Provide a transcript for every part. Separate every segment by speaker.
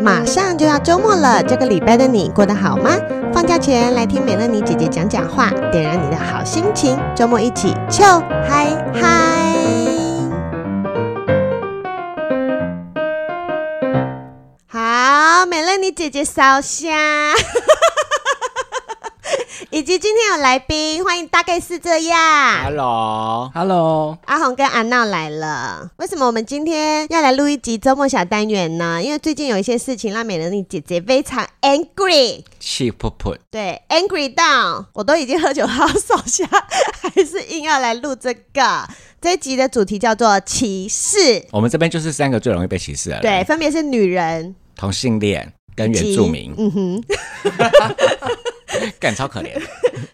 Speaker 1: 马上就要周末了，这个礼拜的你过得好吗？放假前来听美乐妮姐姐讲讲话，点燃你的好心情，周末一起就嗨嗨！好，美乐妮姐姐烧香， 以及今天有来宾，欢迎大概是这样。
Speaker 2: Hello，
Speaker 3: Hello，
Speaker 1: 阿红跟阿闹来了，为什么我们今天要来录一集周末小单元呢？因为最近有一些事情让美乐妮姐姐非常 angry，
Speaker 2: 气噗噗，
Speaker 1: 对 angry 到我都已经喝酒喝到手下，还是硬要来录这个。这一集的主题叫做歧视，
Speaker 2: 我们这边就是三个最容易被歧视的人，
Speaker 1: 对，，分别是女人
Speaker 2: 同性恋跟原住民
Speaker 1: 及，嗯哼，
Speaker 2: 干超可怜。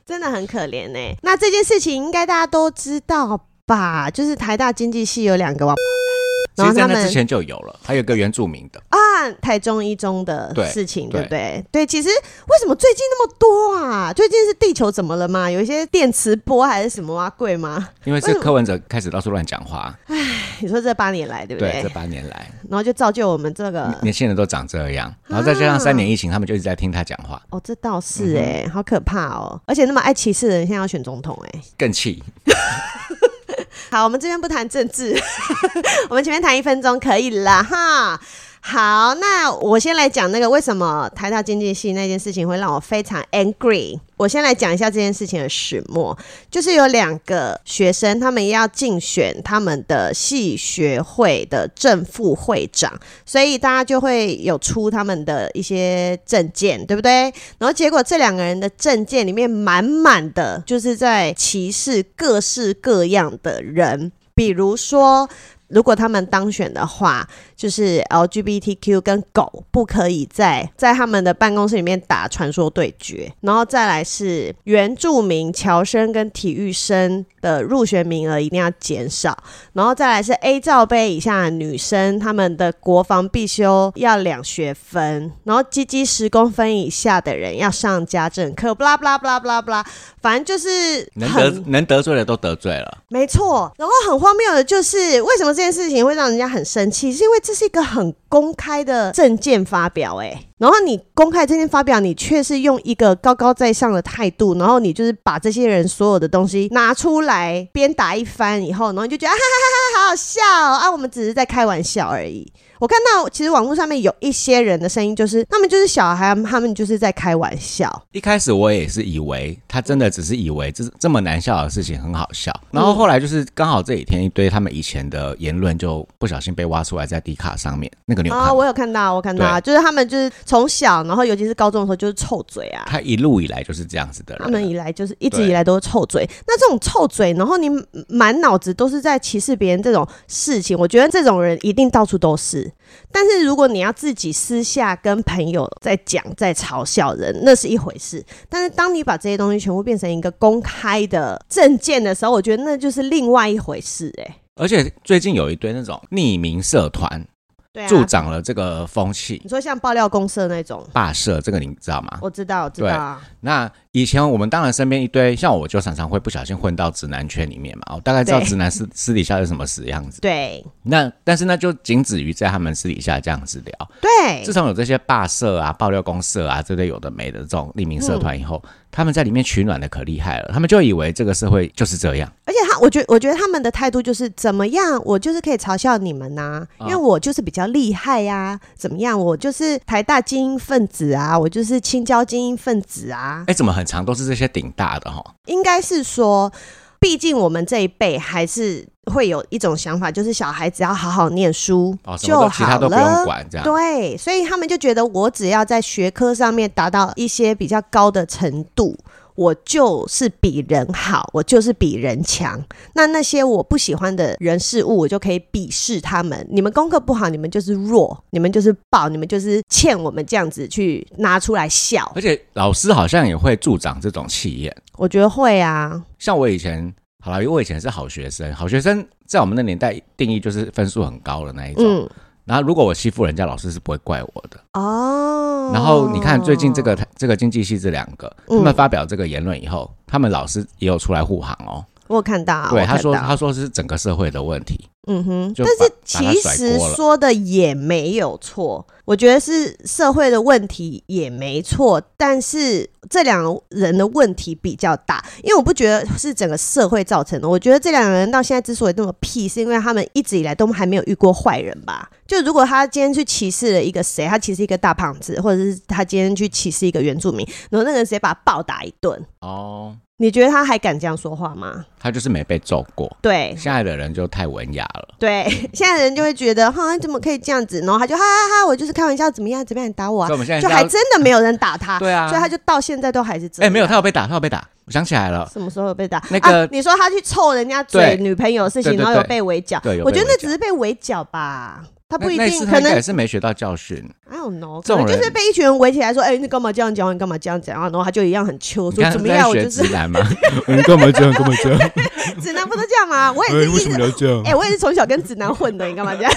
Speaker 1: 真的很可怜呢、欸那这件事情应该大家都知道吧？就是台大经济系有两个王，
Speaker 2: 其
Speaker 1: 然
Speaker 2: 实
Speaker 1: 后
Speaker 2: 在
Speaker 1: 他
Speaker 2: 那之
Speaker 1: 们
Speaker 2: 前就有了，还有一个原住民的，
Speaker 1: 啊，台中一中的
Speaker 2: 对
Speaker 1: 事情，对
Speaker 2: 对
Speaker 1: 不对？对，其实为什么最近那么多啊？最近是地球怎么了吗？有一些电磁波还是什么啊？贵吗？
Speaker 2: 因为是柯文哲开始到处乱讲话，
Speaker 1: 你说这八年来，嗯对不对？呃
Speaker 2: 对，这八年来
Speaker 1: 然后就造就我们这个。
Speaker 2: 年轻人都长这样，然后再加上三年疫情，他们就一直在听他讲话，
Speaker 1: 哦，这倒是哎、好可怕哦！而且那么爱歧视的人，现在要选总统哎、
Speaker 2: 更气。
Speaker 1: 好，我们这边不谈政治， 我们前面谈一分钟可以了哈。好，那我先来讲那个为什么台大经济系那件事情会让我非常 angry。我先来讲一下这件事情的始末，就是有两个学生，他们要竞选他们的系学会的正副会长，所以大家就会有出他们的一些证件，对不对？然后结果这两个人的证件里面满满的就是在歧视各式各样的人，比如说。如果他们当选的话，就是 LGBTQ 跟狗不可以在在他们的办公室里面打传说对决，然后再来是原住民、侨生跟体育生的入学名额一定要减少，然后再来是 A 罩杯以下的女生，她们的国防必修要两学分，然后鸡鸡十公分以下的人要上家政课，不啦不啦不啦不啦不啦，反正就是
Speaker 2: 能得
Speaker 1: 很
Speaker 2: 能得罪的都得罪了，
Speaker 1: 没错。然后很荒谬的就是，为什么这件事情会让人家很生气？是因为这是一个很公开的证件发表、欸，然后你公开证件发表，你却是用一个高高在上的态度，然后你就是把这些人所有的东西拿出来鞭打一番以后，然后你就觉得啊哈哈哈哈好好笑哦、啊，我们只是在开玩笑而已。我看到其实网络上面有一些人的声音，就是他们就是小孩，他们就是在开玩笑。
Speaker 2: 一开始我也是以为他真的只是以为这这么难笑的事情很好笑，然后后来就是刚好这几天一堆他们以前的言论就不小心被挖出来在 D 卡上面，那个你有看
Speaker 1: 啊，
Speaker 2: 吗？
Speaker 1: 我有看到，我看到啊，就是他们就是从小，然后尤其是高中的时候就是臭嘴啊，
Speaker 2: 他一路以来就是这样子的人，
Speaker 1: 他们以来就是一直
Speaker 2: 对
Speaker 1: 以来都是臭嘴。那这种臭嘴，然后你满脑子都是在歧视别人这种事情，我觉得这种人一定到处都是。但是如果你要自己私下跟朋友在讲、在嘲笑人，那是一回事。但是当你把这些东西全部变成一个公开的证件的时候，我觉得那就是另外一回事、哎，
Speaker 2: 而且最近有一堆那种匿名社团、
Speaker 1: 对
Speaker 2: 助
Speaker 1: 啊，
Speaker 2: 长了这个风气，
Speaker 1: 你说像爆料公社那种，
Speaker 2: 霸社这个你知道吗？
Speaker 1: 我知道，我知道
Speaker 2: 对
Speaker 1: 啊。
Speaker 2: 那以前我们当然身边一堆，像我就常常会不小心混到直男圈里面嘛，我哦大概知道
Speaker 1: 对
Speaker 2: 直男私私底下是什么死样子。
Speaker 1: 对
Speaker 2: 那但是那就仅止于在他们私底下这样子聊。
Speaker 1: 对
Speaker 2: 自，从有这些霸社啊、爆料公社啊这类有的没的这种匿名社团以
Speaker 1: 嗯
Speaker 2: 后，他们在里面取暖的可厉害了，他们就以为这个社会就是这样。
Speaker 1: 而且他，我觉我觉得他们的态度就是怎么样，我就是可以嘲笑你们呐、因
Speaker 2: 啊
Speaker 1: 为我就是比较厉害呀、怎么样，我就是台大精英分子啊，我就是青椒精英分子啊，
Speaker 2: 哎，怎么很长都是这些顶大的哈？
Speaker 1: 应该是说。毕竟我们这一辈还是会有一种想法，就是小孩只要好好念书
Speaker 2: 哦，什
Speaker 1: 就
Speaker 2: 么
Speaker 1: 好了，
Speaker 2: 都其他都不用管，这样
Speaker 1: 对，所以他们就觉得我只要在学科上面达到一些比较高的程度，我就是比人好，我就是比人强。那那些我不喜欢的人事物，我就可以鄙视他们。你们功课不好，你们就是弱，你们就是暴，你们就是欠我们这样子去拿出来笑。
Speaker 2: 而且老师好像也会助长这种气焰。
Speaker 1: 我觉得会啊，
Speaker 2: 像我以前，好了，因为我以前是好学生，好学生在我们那年代定义就是分数很高的那一种。
Speaker 1: 嗯，
Speaker 2: 然后如果我欺负人家，老师是不会怪我的。
Speaker 1: 哦。
Speaker 2: 然后你看最近这个这个经济系这两个，他
Speaker 1: 嗯
Speaker 2: 们发表这个言论以后，他们老师也有出来护航哦。
Speaker 1: 我有看到啊，
Speaker 2: 对，
Speaker 1: 我
Speaker 2: 他
Speaker 1: 看
Speaker 2: 说
Speaker 1: 到
Speaker 2: 他说是整个社会的问题，
Speaker 1: 嗯哼，
Speaker 2: 就
Speaker 1: 但
Speaker 2: 把
Speaker 1: 是
Speaker 2: 把
Speaker 1: 其
Speaker 2: 他甩
Speaker 1: 实
Speaker 2: 锅了
Speaker 1: 说的也没有错，我觉得是社会的问题也没错，但是这两个人的问题比较大，因为我不觉得是整个社会造成的，我觉得这两个人到现在之所以那么屁，是因为他们一直以来都还没有遇过坏人吧？就如果他今天去歧视了一个谁，他歧视一个大胖子，或者是他今天去歧视一个原住民，然后那个人直接把他暴打一顿，
Speaker 2: 哦，
Speaker 1: 你觉得他还敢这样说话吗？
Speaker 2: 他就是没被揍过。
Speaker 1: 对，
Speaker 2: 现在的人就太文雅了，
Speaker 1: 对， 现在人就会觉得哈，你怎么可以这样子？然后他就哈哈哈，我就是开玩笑，怎么样怎么样，你打我
Speaker 2: 所以
Speaker 1: 啊？
Speaker 2: 我们现在
Speaker 1: 就还真的没有人打他，
Speaker 2: 对啊
Speaker 1: 所以他就到现在都还是这
Speaker 2: 哎、
Speaker 1: 样。
Speaker 2: 没有，他有被打，他有被打，我想起来了，
Speaker 1: 什么时候有被打？
Speaker 2: 那个
Speaker 1: 啊、你说他去凑人家嘴
Speaker 2: 对
Speaker 1: 女朋友的事情，
Speaker 2: 对对
Speaker 1: 然后有
Speaker 2: 对
Speaker 1: 被围剿，
Speaker 2: 对有
Speaker 1: 我
Speaker 2: 被
Speaker 1: 觉得那
Speaker 2: 围
Speaker 1: 只是被围剿吧，他不一
Speaker 2: 那那一
Speaker 1: 定，
Speaker 2: 次
Speaker 1: 可
Speaker 2: 他应该
Speaker 1: 能
Speaker 2: 也是没学到教训。
Speaker 1: I don't know，
Speaker 2: 这
Speaker 1: 可能
Speaker 2: 种
Speaker 1: 就是
Speaker 2: 人
Speaker 1: 被一群人围起来说，哎、你干嘛这样讲？你干嘛这样讲？然后他就一样很秋，
Speaker 2: 你
Speaker 1: 说
Speaker 2: 看
Speaker 1: 怎
Speaker 2: 他
Speaker 1: 么
Speaker 2: 在
Speaker 1: 样？我
Speaker 2: 学
Speaker 1: 就是
Speaker 2: 直男嘛，你干嘛这样，干嘛这样？
Speaker 1: 直男不都这样吗？我也
Speaker 2: 哎
Speaker 1: 是一直
Speaker 2: 要这样
Speaker 1: 哎、我也是从小跟直男混的，你干嘛这样？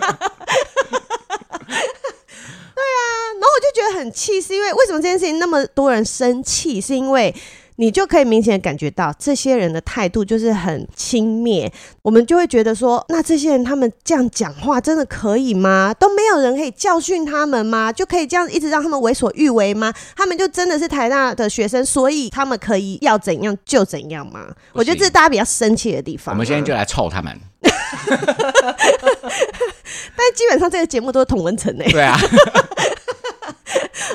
Speaker 1: 对 啊，然后我就觉得很气，是因为为什么这件事情那么多人生气？是因为你就可以明显地感觉到这些人的态度就是很轻蔑，我们就会觉得说，那这些人他们这样讲话真的可以吗？都没有人可以教训他们吗？就可以这样一直让他们为所欲为吗？他们就真的是台大的学生，所以他们可以要怎样就怎样吗？我觉得这是大家比较生气的地方啊、
Speaker 2: 我们现在就来臭 他们。
Speaker 1: 但基本上这个节目都是同温层 诶，
Speaker 2: 对啊，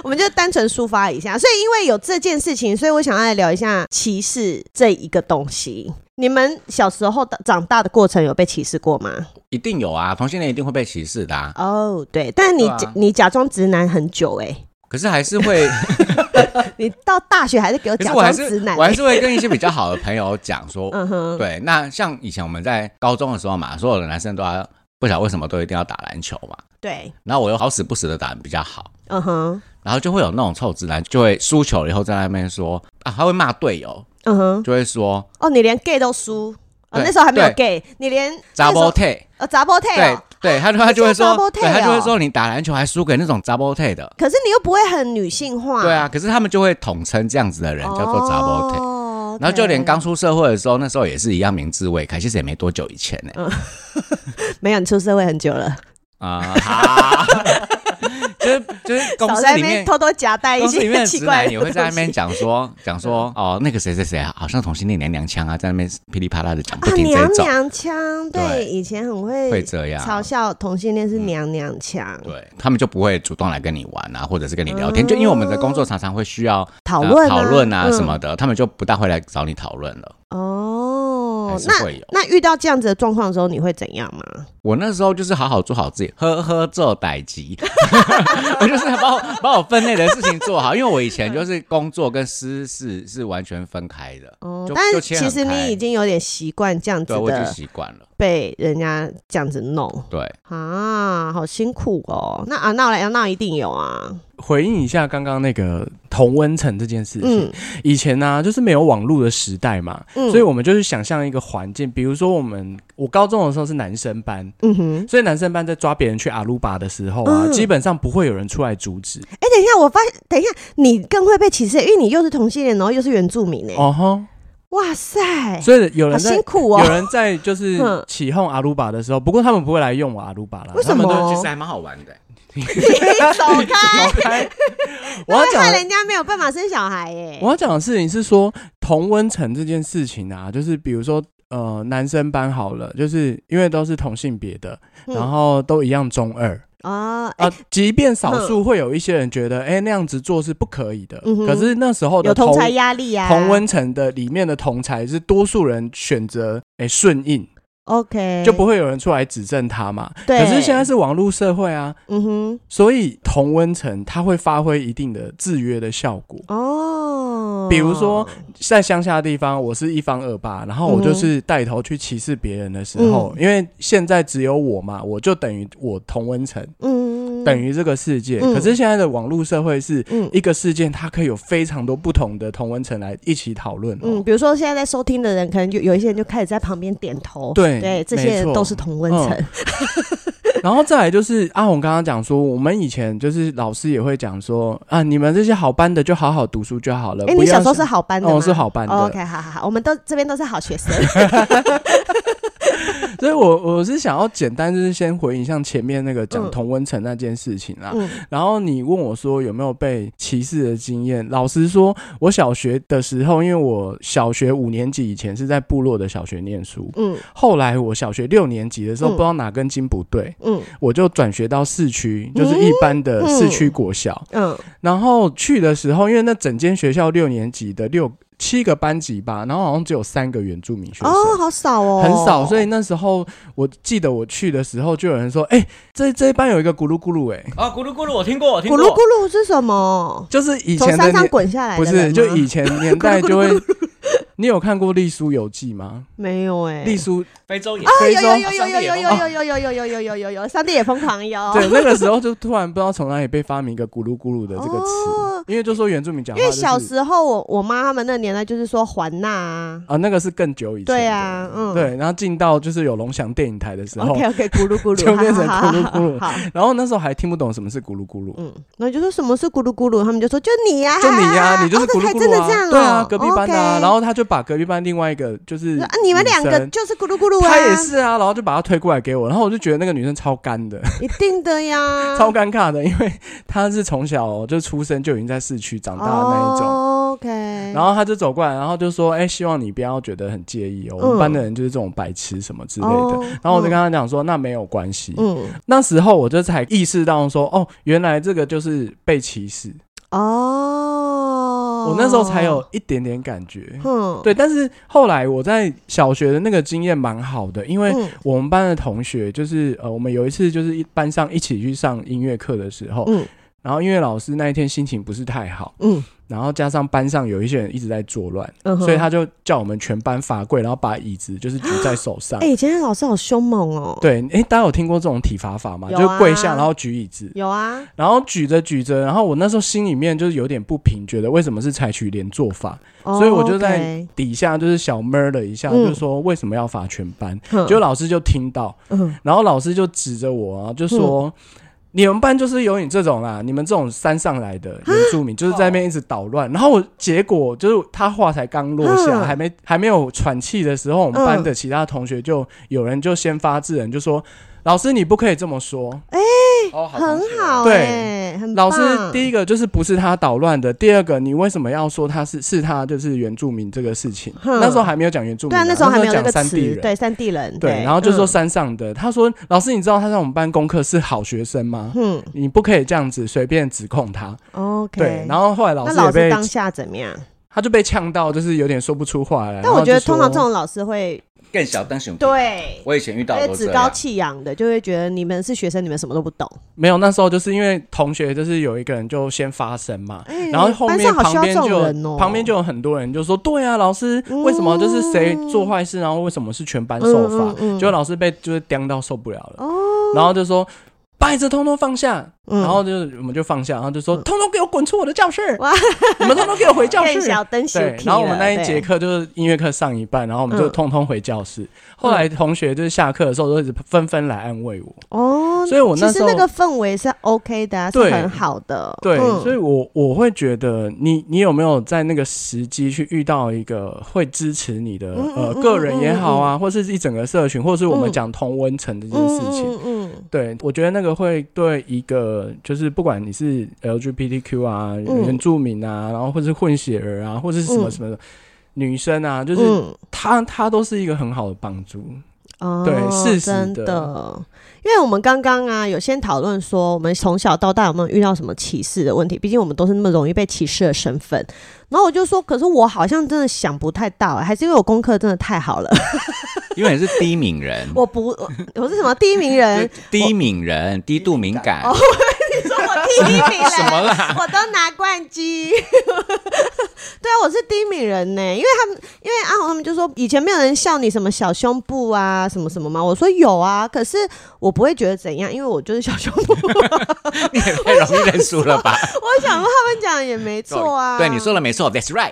Speaker 1: 我们就单纯抒发一下。所以因为有这件事情，所以我想要来聊一下歧视这一个东西。你们小时候的长大的过程有被歧视过吗？
Speaker 2: 一定有啊，同性恋一定会被歧视的、啊，
Speaker 1: 哦、对，但你、
Speaker 2: 对啊
Speaker 1: 你假装直男很久哎、
Speaker 2: 可是还是 会，
Speaker 1: 你到大学还是给我
Speaker 2: 可是
Speaker 1: 假
Speaker 2: 我还
Speaker 1: 装
Speaker 2: 是
Speaker 1: 直男、
Speaker 2: 我还
Speaker 1: 欸。
Speaker 2: 是会跟一些比较好的朋友讲说，
Speaker 1: 嗯哼，
Speaker 2: 对，那像以前我们在高中的时候嘛，所有的男生都要不晓得为什么都一定要打篮球嘛，
Speaker 1: 对，
Speaker 2: 然后我又好死不死的打得比较好，
Speaker 1: 嗯哼，
Speaker 2: 然后就会有那种臭直男就会输球了以后在那边说啊，他会骂队友，
Speaker 1: 嗯哼，
Speaker 2: 就会说
Speaker 1: 哦，你连 gay 都输，哦，
Speaker 2: 对
Speaker 1: 那时候还没有
Speaker 2: 对
Speaker 1: gay，你连
Speaker 2: 扎波
Speaker 1: 退，
Speaker 2: 退，
Speaker 1: 呃，杂波退
Speaker 2: 对
Speaker 1: 哦。
Speaker 2: 对，他就他就会
Speaker 1: 你
Speaker 2: 说
Speaker 1: 叫 double，take
Speaker 2: 对他就
Speaker 1: 哦
Speaker 2: 会说你打篮球还输给那种扎波退的，
Speaker 1: 可是你又不会很女性化，
Speaker 2: 对啊，可是他们就会统称这样子的人叫做扎波退。
Speaker 1: 哦，
Speaker 2: 然后就连
Speaker 1: OK
Speaker 2: 刚出社会的时候，那时候也是一样名字未开，其实也没多久以前呢、
Speaker 1: 嗯没有，你出社会很久了，
Speaker 2: 啊、哈， 就是就是公
Speaker 1: 少
Speaker 2: 司
Speaker 1: 在那
Speaker 2: 里
Speaker 1: 边
Speaker 2: 面。
Speaker 1: 偷偷夹带一
Speaker 2: 公司里面
Speaker 1: 些
Speaker 2: 的
Speaker 1: 奇
Speaker 2: 直
Speaker 1: 怪
Speaker 2: 男
Speaker 1: 的
Speaker 2: 也会在那
Speaker 1: 东西嗯
Speaker 2: 边讲说讲说哦，那个谁谁谁好像同性恋娘娘腔啊，在那边噼里啪啦的讲不
Speaker 1: 啊，
Speaker 2: 停这
Speaker 1: 娘
Speaker 2: 一种，
Speaker 1: 娘腔，对，
Speaker 2: 对
Speaker 1: 以前很
Speaker 2: 会
Speaker 1: 会
Speaker 2: 这样。嗯
Speaker 1: 嘲笑同性恋是娘娘腔，
Speaker 2: 对他们就不会主动来跟你玩啊，或者是跟你聊天，就因为我们的工作常常会需要
Speaker 1: 哦讨
Speaker 2: 呃
Speaker 1: 论
Speaker 2: 讨论啊
Speaker 1: 嗯
Speaker 2: 什么的，他们就不大会来找你讨论了。
Speaker 1: 哦
Speaker 2: 还，是
Speaker 1: 那
Speaker 2: 会有
Speaker 1: 那遇到这样子的状况的时候，你会怎样吗？
Speaker 2: 我那时候就是好好做好自己，呵呵做歹集， 我就是把我把我分内的事情做好，因为我以前就是工作跟私事是完全分开的，
Speaker 1: 哦
Speaker 2: 就，
Speaker 1: 但是
Speaker 2: 就切
Speaker 1: 其
Speaker 2: 很
Speaker 1: 实你
Speaker 2: 开
Speaker 1: 已经有点习惯这样子
Speaker 2: 对我已经
Speaker 1: 的
Speaker 2: 习惯了。
Speaker 1: 被人家这样子弄
Speaker 2: 对，
Speaker 1: 啊，好辛苦哦。那啊闹来闹一定有啊，
Speaker 3: 回应一下刚刚那个同温层这件事情。
Speaker 1: 嗯
Speaker 3: 以前呢、就是没有网络的时代嘛，
Speaker 1: 嗯，
Speaker 3: 所以我们就是想象一个环境，比如说我们我高中的时候是男生班，
Speaker 1: 嗯哼，
Speaker 3: 所以男生班在抓别人去阿鲁巴的时候啊，
Speaker 1: 嗯
Speaker 3: 基本上不会有人出来阻止。
Speaker 1: 哎，等一下，我发，等一下，你更会被歧视，因为你又是同性恋，然后又是原住民哎，
Speaker 3: 哦吼，
Speaker 1: 哇塞，
Speaker 3: 所以有
Speaker 1: 好
Speaker 3: 人在
Speaker 1: 辛苦
Speaker 3: 有
Speaker 1: 哦。
Speaker 3: 人在就是
Speaker 1: 嗯
Speaker 3: 起哄阿鲁巴的时候，不过他们不会来用我阿鲁巴啦。
Speaker 1: 为什
Speaker 3: 他们
Speaker 1: 么
Speaker 3: 都
Speaker 1: 哦
Speaker 2: 其实还蛮好 玩的、
Speaker 1: 走开！
Speaker 3: 走开 我要
Speaker 1: 会
Speaker 3: 讲
Speaker 1: 害
Speaker 3: 的
Speaker 1: 人家没有办法生小孩耶、
Speaker 3: 我要讲的事情是说，同温层这件事情啊，就是比如说，呃，男生班好了，就是因为都是同性别的，
Speaker 1: 嗯
Speaker 3: 然后都一样中二，
Speaker 1: 哦，哎、
Speaker 3: 啊，即便少数会有一些人觉得，哎、那样子做是不可以的，
Speaker 1: 嗯哼
Speaker 3: 可是那时候的
Speaker 1: 有同
Speaker 3: 同
Speaker 1: 才压力呀、啊，
Speaker 3: 同温层的里面的同才是多数人选择哎顺应，
Speaker 1: ，OK，
Speaker 3: 就不会有人出来指正他嘛。
Speaker 1: 对
Speaker 3: 可是现在是网络社会啊，
Speaker 1: 嗯哼，
Speaker 3: 所以同温层它会发挥一定的制约的效果。
Speaker 1: 哦，
Speaker 3: 比如说在乡下的地方，我是一方恶霸，然后我
Speaker 1: 嗯哼嗯
Speaker 3: 就是带头去歧视别人的时候，因为现在只有我嘛，我就等于我同温层，
Speaker 1: 嗯，嗯，
Speaker 3: 等于这个世界。
Speaker 1: 嗯
Speaker 3: 可是现在的网络社会是
Speaker 1: 嗯
Speaker 3: 一个事件，它可以有非常多不同的同温层来一起讨论、哦。
Speaker 1: 嗯，比如说现在在收听的人，可能就有一些人就开始在旁边点头，
Speaker 3: 对
Speaker 1: 对，这
Speaker 3: 没
Speaker 1: 些人
Speaker 3: 错嗯
Speaker 1: 都是同温层，
Speaker 3: 然后再来就是阿红刚刚讲说，我们以前就是老师也会讲说啊，你们这些好班的就好好读书就好了。
Speaker 1: 哎、
Speaker 3: 不
Speaker 1: 你
Speaker 3: 要
Speaker 1: 小时候是
Speaker 3: 想
Speaker 1: 好班的吗？
Speaker 3: 哦是好班的
Speaker 1: OK，好好好，我们都这边都是好学 生。
Speaker 3: 所以我我是想要简单就是先回应像前面那个
Speaker 1: 嗯
Speaker 3: 讲同温层那件事情啦。
Speaker 1: 嗯
Speaker 3: 然后你问我说有没有被歧视的经验？老实说，我小学的时候，因为我小学五年级以前是在部落的小学念书，
Speaker 1: 嗯
Speaker 3: 后来我小学六年级的时
Speaker 1: 嗯
Speaker 3: 候，不知道哪根筋不对，
Speaker 1: 嗯
Speaker 3: 我就转学到市区，就是一般的市区国小。
Speaker 1: 嗯
Speaker 3: 然后去的时候，因为那整间学校六年级的六七个班级吧，然后好像只有三个原住民学生。
Speaker 1: 哦，好少哦，
Speaker 3: 很少，所以那时候我记得我去的时候，就有人说：“哎、这这一班有一个咕噜咕噜、哎，
Speaker 1: 哦
Speaker 4: 啊，咕噜咕噜，我听过，我听
Speaker 1: 咕
Speaker 4: 过。
Speaker 1: 噜咕噜是什么？
Speaker 3: 就是以
Speaker 1: 从
Speaker 3: 前的
Speaker 1: 山上
Speaker 3: 年
Speaker 1: 滚下来的
Speaker 3: 不
Speaker 1: 人
Speaker 3: 是，
Speaker 1: 吗
Speaker 3: 就以前年代就 会。你有看过《丽书游记》吗？
Speaker 1: 没有哎、
Speaker 3: 《丽书》
Speaker 4: 非洲也
Speaker 1: 啊，有
Speaker 3: 非洲
Speaker 1: 有有有有有有有有有有有有有有，上帝也疯狂有。
Speaker 3: 对，那个时候就突然不知道从哪里被发明一个“咕噜咕噜”的这个
Speaker 1: 哦
Speaker 3: 词，因为就说原住民讲话
Speaker 1: 因
Speaker 3: 就
Speaker 1: 为
Speaker 3: 是，
Speaker 1: 小时候我我妈他们那年代就是说环娜啊，
Speaker 3: 啊，那个是更久以前，
Speaker 1: 对，啊，嗯，
Speaker 3: 对，然后进到就是有龙翔电影台的时候，
Speaker 1: ，OK OK，咕噜咕噜，
Speaker 3: 就变成
Speaker 1: 好好好好
Speaker 3: 咕噜咕噜
Speaker 1: 好，
Speaker 3: 然后那时候还听不懂什么是“咕噜咕噜”，
Speaker 1: 嗯，然后就说什么是咕噜咕噜，他们就说就你呀、
Speaker 3: 就你呀、
Speaker 1: 哈
Speaker 3: 你就是
Speaker 1: 哦
Speaker 3: 咕噜
Speaker 1: 还
Speaker 3: 咕
Speaker 1: 真
Speaker 3: 噜
Speaker 1: 的
Speaker 3: 啊，
Speaker 1: 这样哦
Speaker 3: 对啊，隔壁班的、啊
Speaker 1: OK
Speaker 3: 然后他就把隔壁班另外一个就是
Speaker 1: 说啊，你们
Speaker 3: 女
Speaker 1: 两
Speaker 3: 生
Speaker 1: 个就是咕噜咕噜啊，
Speaker 3: 他也是啊，然后就把他推过来给我，然后我就觉得那个女生超干的，
Speaker 1: 一定的呀，
Speaker 3: 超尴尬的，因为她是从小就出生就已经在市区长大的那一种。
Speaker 1: 哦 OK，
Speaker 3: 然后他就走过来，然后就说：“哎、希望你不要觉得很介意哦，我
Speaker 1: 嗯
Speaker 3: 们班的人就是这种白痴什么之类的。
Speaker 1: 哦
Speaker 3: 然后我就跟他讲说：“那没有关系。
Speaker 1: 嗯
Speaker 3: 那时候我就才意识到说：“哦，原来这个就是被歧视。
Speaker 1: 哦，嗯
Speaker 3: 我那时候才有一点点感觉。
Speaker 1: 哼，
Speaker 3: 对，但是后来我在小学的那个经验蛮好的，因为
Speaker 1: 嗯
Speaker 3: 我们班的同学就是呃，我们有一次就是一班上一起去上音乐课的时候，
Speaker 1: 嗯
Speaker 3: 然后音乐老师那一天心情不是太好，
Speaker 1: 嗯
Speaker 3: 然后加上班上有一些人一直在作乱，
Speaker 1: 嗯哼，
Speaker 3: 所以他就叫我们全班罚跪，然后把椅子就是举在手上。
Speaker 1: 哎，以前的老师好凶猛哦，，
Speaker 3: 对，哎，大家有听过这种体罚法吗？
Speaker 1: 有
Speaker 3: 就跪下
Speaker 1: 啊
Speaker 3: 然后举椅子，
Speaker 1: 有啊，
Speaker 3: 然后举着举着，然后我那时候心里面就是有点不平，觉得为什么是采取连坐法？
Speaker 1: 哦
Speaker 3: 所以我就在
Speaker 1: OK，
Speaker 3: 底下就是小闷了一下，
Speaker 1: 嗯
Speaker 3: 就说为什么要罚全班？
Speaker 1: 哼
Speaker 3: 就老师就听到，
Speaker 1: 嗯
Speaker 3: 然后老师就指着我啊，就说。你们班就是有你这种啊啦，你们这种山上来的原住民，就是在那边一直捣乱。然后我结果就是他话才刚落下，
Speaker 1: 嗯
Speaker 3: 还没还没有喘气的时候，我们
Speaker 1: 嗯
Speaker 3: 班的其他同学就有人就先发制人，就说：“老师你不可以这么说。”
Speaker 4: 哦，好同
Speaker 1: 很
Speaker 4: 学
Speaker 1: 好，
Speaker 3: 对
Speaker 1: 哎，很
Speaker 3: 老
Speaker 1: 棒
Speaker 3: 师，第一个就是不是他捣乱的，第二个你为什么要说他是是他就是原住民这个事情？
Speaker 1: 哼
Speaker 3: 那时候还没有讲原住民
Speaker 1: 对
Speaker 3: 啊、
Speaker 1: 啊，那时候还没有这
Speaker 3: 讲
Speaker 1: 个
Speaker 3: 山地
Speaker 1: 词，
Speaker 3: 人。
Speaker 1: 对，山地人，
Speaker 3: 对然后就说
Speaker 1: 嗯
Speaker 3: 山上的，他说老师，你知道他在我们班功课是好学 生吗？
Speaker 1: 嗯
Speaker 3: 你不可以这样子随便指控他。
Speaker 1: ，OK，
Speaker 3: 对，然后后来老
Speaker 1: 那
Speaker 3: 师
Speaker 1: 老
Speaker 3: 也
Speaker 1: 师
Speaker 3: 被
Speaker 1: 当下怎么样？
Speaker 3: 他就被呛到，就是有点说不出话来。
Speaker 1: 但我觉得通常这
Speaker 3: 然后就说
Speaker 1: 种老师会
Speaker 2: 更小灯熊，
Speaker 1: 对，
Speaker 2: 我以前遇到
Speaker 1: 而且
Speaker 2: 过
Speaker 1: 趾
Speaker 2: 这
Speaker 1: 高
Speaker 2: 样，
Speaker 1: 气扬的，就会觉得你们是学生，你们什么都不懂。
Speaker 3: 没有，那时候就是因为同学就是有一个人就先发声嘛，
Speaker 1: 哎
Speaker 3: 然后后
Speaker 1: 班
Speaker 3: 面
Speaker 1: 上好需
Speaker 3: 旁
Speaker 1: 要
Speaker 3: 边
Speaker 1: 这
Speaker 3: 就
Speaker 1: 种
Speaker 3: 有、
Speaker 1: 人哦
Speaker 3: 旁边就有很多人就说，对啊，老师为什么就是谁做坏事，然后为什么是全班受罚？
Speaker 1: 嗯嗯嗯
Speaker 3: 结果老师被就是刁到受不了了，然后就说。把椅子通通放下，
Speaker 1: 嗯
Speaker 3: 然后就我们就放下，然后就说
Speaker 1: 嗯
Speaker 3: 通通给我滚出我的教室
Speaker 1: 哇，
Speaker 3: 你们通通给我回 教室
Speaker 1: 更。小灯小
Speaker 3: 对，
Speaker 1: 屁
Speaker 3: 然后我们
Speaker 1: 了
Speaker 3: 那一
Speaker 1: 对
Speaker 3: 节课就是音乐课上一半，然后我们就
Speaker 1: 嗯
Speaker 3: 通通回教室。后来同学就是下课的时候都一直纷纷来安慰我，
Speaker 1: 哦，
Speaker 3: 所以我那
Speaker 1: 其实
Speaker 3: 时候
Speaker 1: 那个氛围是 OK 的啊，是
Speaker 3: 对
Speaker 1: 很好的。
Speaker 3: 对，
Speaker 1: 嗯
Speaker 3: 所以我我会觉得你你有没有在那个时机去遇到一个会支持你的
Speaker 1: 嗯
Speaker 3: 呃
Speaker 1: 嗯
Speaker 3: 个人也好啊，或是一整个社群，或是我们讲同温层这件事情。
Speaker 1: 嗯嗯
Speaker 3: 对，我觉得那个会对一个就是不管你是 LGBTQ 啊、原住民啊，然后或是混血儿啊，或是什么
Speaker 1: 嗯
Speaker 3: 什么的、女生啊，就
Speaker 1: 嗯
Speaker 3: 是
Speaker 1: 嗯，
Speaker 3: 她她都是一个很好的帮助。
Speaker 1: 哦，
Speaker 3: 对事实
Speaker 1: 真
Speaker 3: 的
Speaker 1: 的。因为我们刚刚啊，有先讨论说，我们从小到大有没有遇到什么歧视的问题？毕竟我们都是那么容易被歧视的身份。然后我就说，可是我好像真的想不太到、欸还是因为我功课真的太好 了。，
Speaker 2: 因为你是低敏人
Speaker 1: 我不，我我是什么第一名人？
Speaker 2: 低敏人，低度敏感，
Speaker 1: 哦你说我第一名人，
Speaker 2: 什么 啦？
Speaker 1: 我都拿冠军。 对啊，我是第一名人呢，因为他们，因为啊阿红他们就说以前没有人笑你什么小胸部啊，什么什么嘛。我说有啊，可是我不会觉得怎样，因为我就是小胸部。
Speaker 2: 你也太容易认输了吧？
Speaker 1: 我想说他们讲的也没错啊。
Speaker 2: 对，你说了没错，That's right。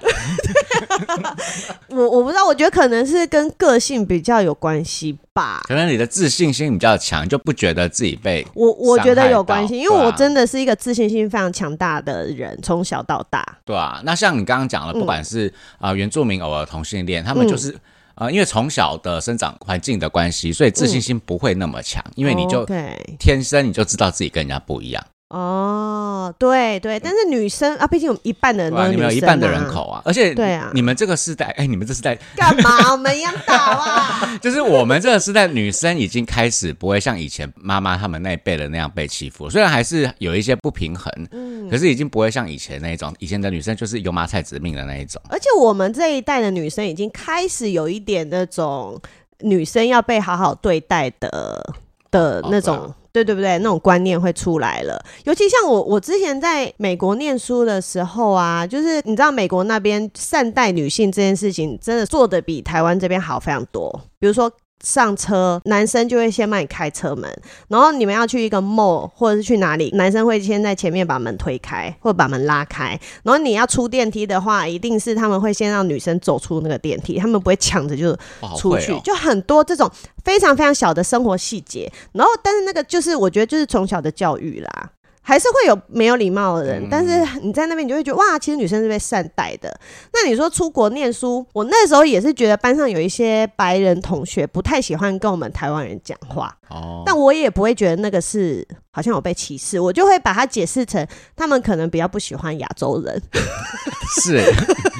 Speaker 1: 我我不知道，我觉得可能是跟个性比较有关系吧。
Speaker 2: 可能你的自信心比较强，就不觉得自己被
Speaker 1: 我我觉得有关系，
Speaker 2: 伤害
Speaker 1: 因
Speaker 2: 到
Speaker 1: 为我
Speaker 2: 对啊
Speaker 1: 真的是一个自信心非常强大的人，从小到大。
Speaker 2: 对啊。那像你刚刚
Speaker 1: 嗯
Speaker 2: 讲了，不管是啊、呃原住民偶尔同性恋，他们就是。呃，因为从小的生长环境的关系，所以自信心不会那么强，因为你就
Speaker 1: 嗯哦 OK
Speaker 2: 天生你就知道自己跟人家不一样，
Speaker 1: 哦，对对，但是女生啊，毕竟有一半的人
Speaker 2: 对
Speaker 1: 都
Speaker 2: 吧、
Speaker 1: 是
Speaker 2: 你
Speaker 1: 女
Speaker 2: 们
Speaker 1: 生、啊，
Speaker 2: 有一半的人口啊，而且
Speaker 1: 对啊
Speaker 2: 你们这个时代，哎，你们这时代
Speaker 1: 干嘛？ 我们一样打啊！
Speaker 2: 就是我们这个时代，女生已经开始不会像以前妈妈他们那一辈的那样被欺负，虽然还是有一些不平衡，
Speaker 1: 嗯
Speaker 2: 可是已经不会像以前那一种，以前的女生就是油麻菜指命的那一种。
Speaker 1: 而且我们这一代的女生已经开始有一点那种女生要被好好对待的的
Speaker 2: 哦
Speaker 1: 那
Speaker 2: 对啊
Speaker 1: 种。对对不对？那种观念会出来了，尤其像我，我之前在美国念书的时候啊，就是你知道美国那边善待女性这件事情，真的做的比台湾这边好非常多。比如说上车，男生就会先帮你开车门，然后你们要去一个 mall 或者是去哪里，男生会先在前面把门推开或者把门拉开，然后你要出电梯的话，一定是他们会先让女生走出那个电梯，他们不会抢着就
Speaker 2: 哇好
Speaker 1: 出
Speaker 2: 会
Speaker 1: 去，
Speaker 2: 哦，
Speaker 1: 就很多这种非常非常小的生活细节。然后，但是那个就是我觉得就是从小的教育啦。还是会有没有礼貌的人，但是
Speaker 2: 嗯
Speaker 1: 你在那边你就会觉得哇，其实女生是被善待的。那你说出国念书，我那时候也是觉得班上有一些白人同学不太喜欢跟我们台湾人讲话，
Speaker 2: 哦，
Speaker 1: 但我也不会觉得那个是好像有被歧视，我就会把它解释成他们可能比较不喜欢亚洲人，
Speaker 2: 是，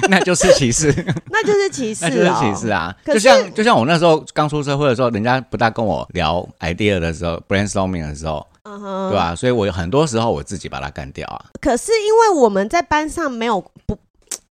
Speaker 2: 那就是歧视，
Speaker 1: 那 就是歧视、
Speaker 2: 那
Speaker 1: 哦，
Speaker 2: 就是歧视啊！
Speaker 1: 可
Speaker 2: 就是像就像我那时候刚出社会的时候，人家不大跟我聊 idea 的时候，brainstorming 的时候，
Speaker 1: 嗯哼
Speaker 2: 对吧、所以我有很多时候我自己把它干掉啊。
Speaker 1: 可是因为我们在班上没有不。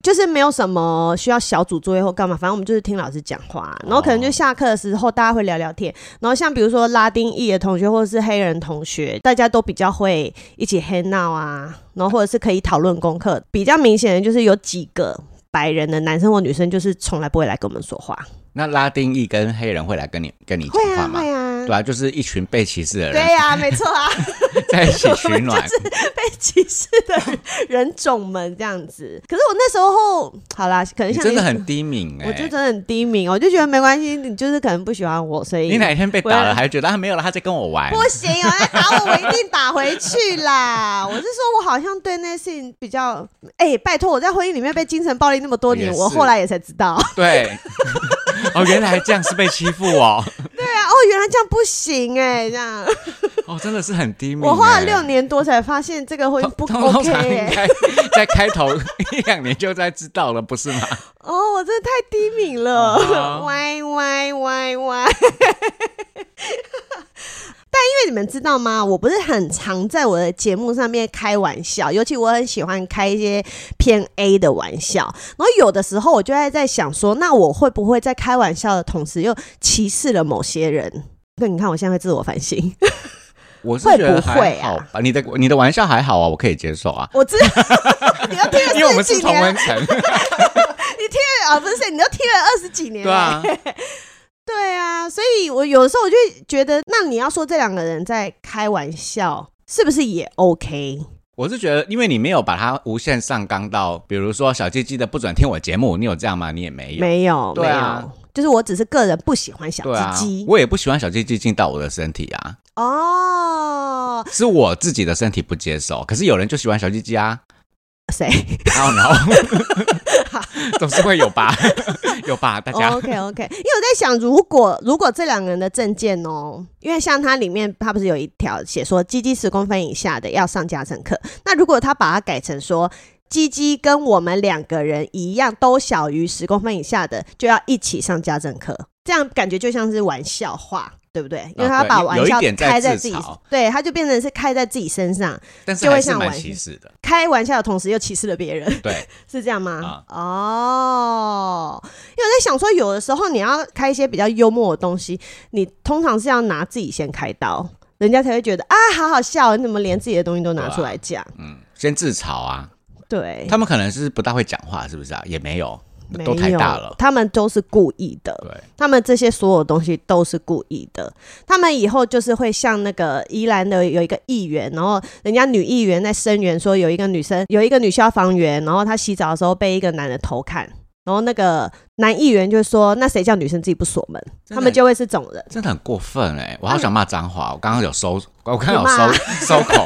Speaker 1: 就是没有什么需要小组作业或干嘛，反正我们就是听老师讲话，然后可能就下课的时候大家会聊聊天，然后像比如说拉丁裔的同学或者是黑人同学，大家都比较会一起 hang out 啊，然后或者是可以讨论功课。比较明显的就是有几个白人的男生或女生，就是从来不会来跟我们说话。
Speaker 2: 那拉丁裔跟黑人会来跟你跟你讲
Speaker 1: 会
Speaker 2: 话
Speaker 1: 啊，
Speaker 2: 吗？
Speaker 1: 会啊
Speaker 2: 对，啊，就是一群被歧视的
Speaker 1: 对
Speaker 2: 人
Speaker 1: 呀、没错啊。
Speaker 2: 在一起取
Speaker 1: 我们
Speaker 2: 暖
Speaker 1: 就，是被歧视的人种们这样子。可是我那时候，好啦，可能
Speaker 2: 你
Speaker 1: 像
Speaker 2: 真的很低敏哎、
Speaker 1: 我就真的很低迷，我就觉得没关系，你就是可能不喜欢我，所以
Speaker 2: 你哪一天被打
Speaker 1: 我
Speaker 2: 了还觉得他啊没有了，他在跟我玩
Speaker 1: 不，行，有人来打我，我一定打回去啦。 我是说，我好像对那事情比较……哎、拜托，我在婚姻里面被精神暴力那么多年，
Speaker 2: 也是
Speaker 1: 我后来也才知 道，
Speaker 2: 对。哦，原来这样是被欺负哦！
Speaker 1: 对啊，哦，原来这样不行哎、这样
Speaker 2: 哦，真的是很低敏哎。
Speaker 1: 我花了六年多才发现这个婚姻
Speaker 2: 通，
Speaker 1: 不
Speaker 2: 通通
Speaker 1: OK
Speaker 2: 常
Speaker 1: 哎、
Speaker 2: 应该在开头一两年就在知道了，不是吗？
Speaker 1: 哦，我真的太低敏了，
Speaker 2: 啊
Speaker 1: 歪歪歪歪。 但因为你们知道吗？我不是很常在我的节目上面开玩笑，尤其我很喜欢开一些偏 A 的玩笑。然后有的时候我就在在想说，那我会不会在开玩笑的同时又歧视了某些人？对，你看我现在会自我反 省，
Speaker 2: 我是
Speaker 1: 会啊
Speaker 2: 觉得
Speaker 1: 不会
Speaker 2: 还好吧。你的你的玩笑还好啊，我可以接受啊，
Speaker 1: 我知道你都听了
Speaker 2: 因为我
Speaker 1: 四十
Speaker 2: 们是
Speaker 1: 几
Speaker 2: 同
Speaker 1: 年
Speaker 2: 温
Speaker 1: 了，
Speaker 2: 层，
Speaker 1: 啊，不是，你都听了二十几年了，
Speaker 2: 对啊。
Speaker 1: 对啊，所以我有的时候我就会觉得，那你要说这两个人在开玩笑，是不是也 OK？
Speaker 2: 我是觉得，因为你没有把它无限上纲到，比如说小鸡鸡的不准听我节目，你有这样吗？你也没有。
Speaker 1: 没有，
Speaker 2: 对啊
Speaker 1: 没有，就是我只是个人不喜欢小
Speaker 2: 对啊
Speaker 1: 鸡鸡、，
Speaker 2: 我也不喜欢小鸡鸡进到我的身体啊，
Speaker 1: 哦。
Speaker 2: 是我自己的身体不接受。可是有人就喜欢小鸡鸡啊，
Speaker 1: 谁
Speaker 2: 然后然后 总是会有吧，有吧，大家。
Speaker 1: ？OK OK，因为我在想，如果如果这两个人的证件哦，因为像它里面它不是有一条写说鸡鸡十公分以下的要上家政课，那如果他把它改成说。鸡鸡跟我们两个人一样，都小于十公分以下的，就要一起上家政课。这样感觉就像是玩笑话，对不对？因为
Speaker 2: 啊
Speaker 1: 他
Speaker 2: 对
Speaker 1: 把
Speaker 2: 有
Speaker 1: 玩
Speaker 2: 有一
Speaker 1: 笑
Speaker 2: 点在
Speaker 1: 开在
Speaker 2: 自
Speaker 1: 自己
Speaker 2: 嘲，
Speaker 1: 对，他就变成是开在自己身上，
Speaker 2: 但是
Speaker 1: 就会
Speaker 2: 还是
Speaker 1: 像
Speaker 2: 蛮
Speaker 1: 玩
Speaker 2: 歧视的，
Speaker 1: 开玩笑的同时又歧视了别人。
Speaker 2: 对，
Speaker 1: 是这样吗？
Speaker 2: 啊
Speaker 1: 哦，因为我在想说，有的时候你要开一些比较幽默的东西，你通常是要拿自己先开刀，人家才会觉得啊，好好笑，你怎么连自己的东西都拿出来讲？
Speaker 2: 嗯，先自嘲啊，
Speaker 1: 对，
Speaker 2: 他们可能是不大会讲话，是不是啊？也没有，
Speaker 1: 没
Speaker 2: 都太大
Speaker 1: 有
Speaker 2: 了，
Speaker 1: 他们都是故意的。
Speaker 2: 对，
Speaker 1: 他们这些所有东西都是故意的。他们以后就是会像那个宜兰的有一个议员，然后人家女议员在声援说有一个女生有一个女消防员，然后她洗澡的时候被一个男的偷看，然后那个男议员就说：“那谁叫女生自己不锁门？”
Speaker 2: 真的
Speaker 1: 他们就会是这种人。
Speaker 2: 真的很过分哎、我好想骂脏话，我刚刚有收，我刚刚有
Speaker 1: 你骂
Speaker 2: 收收 口，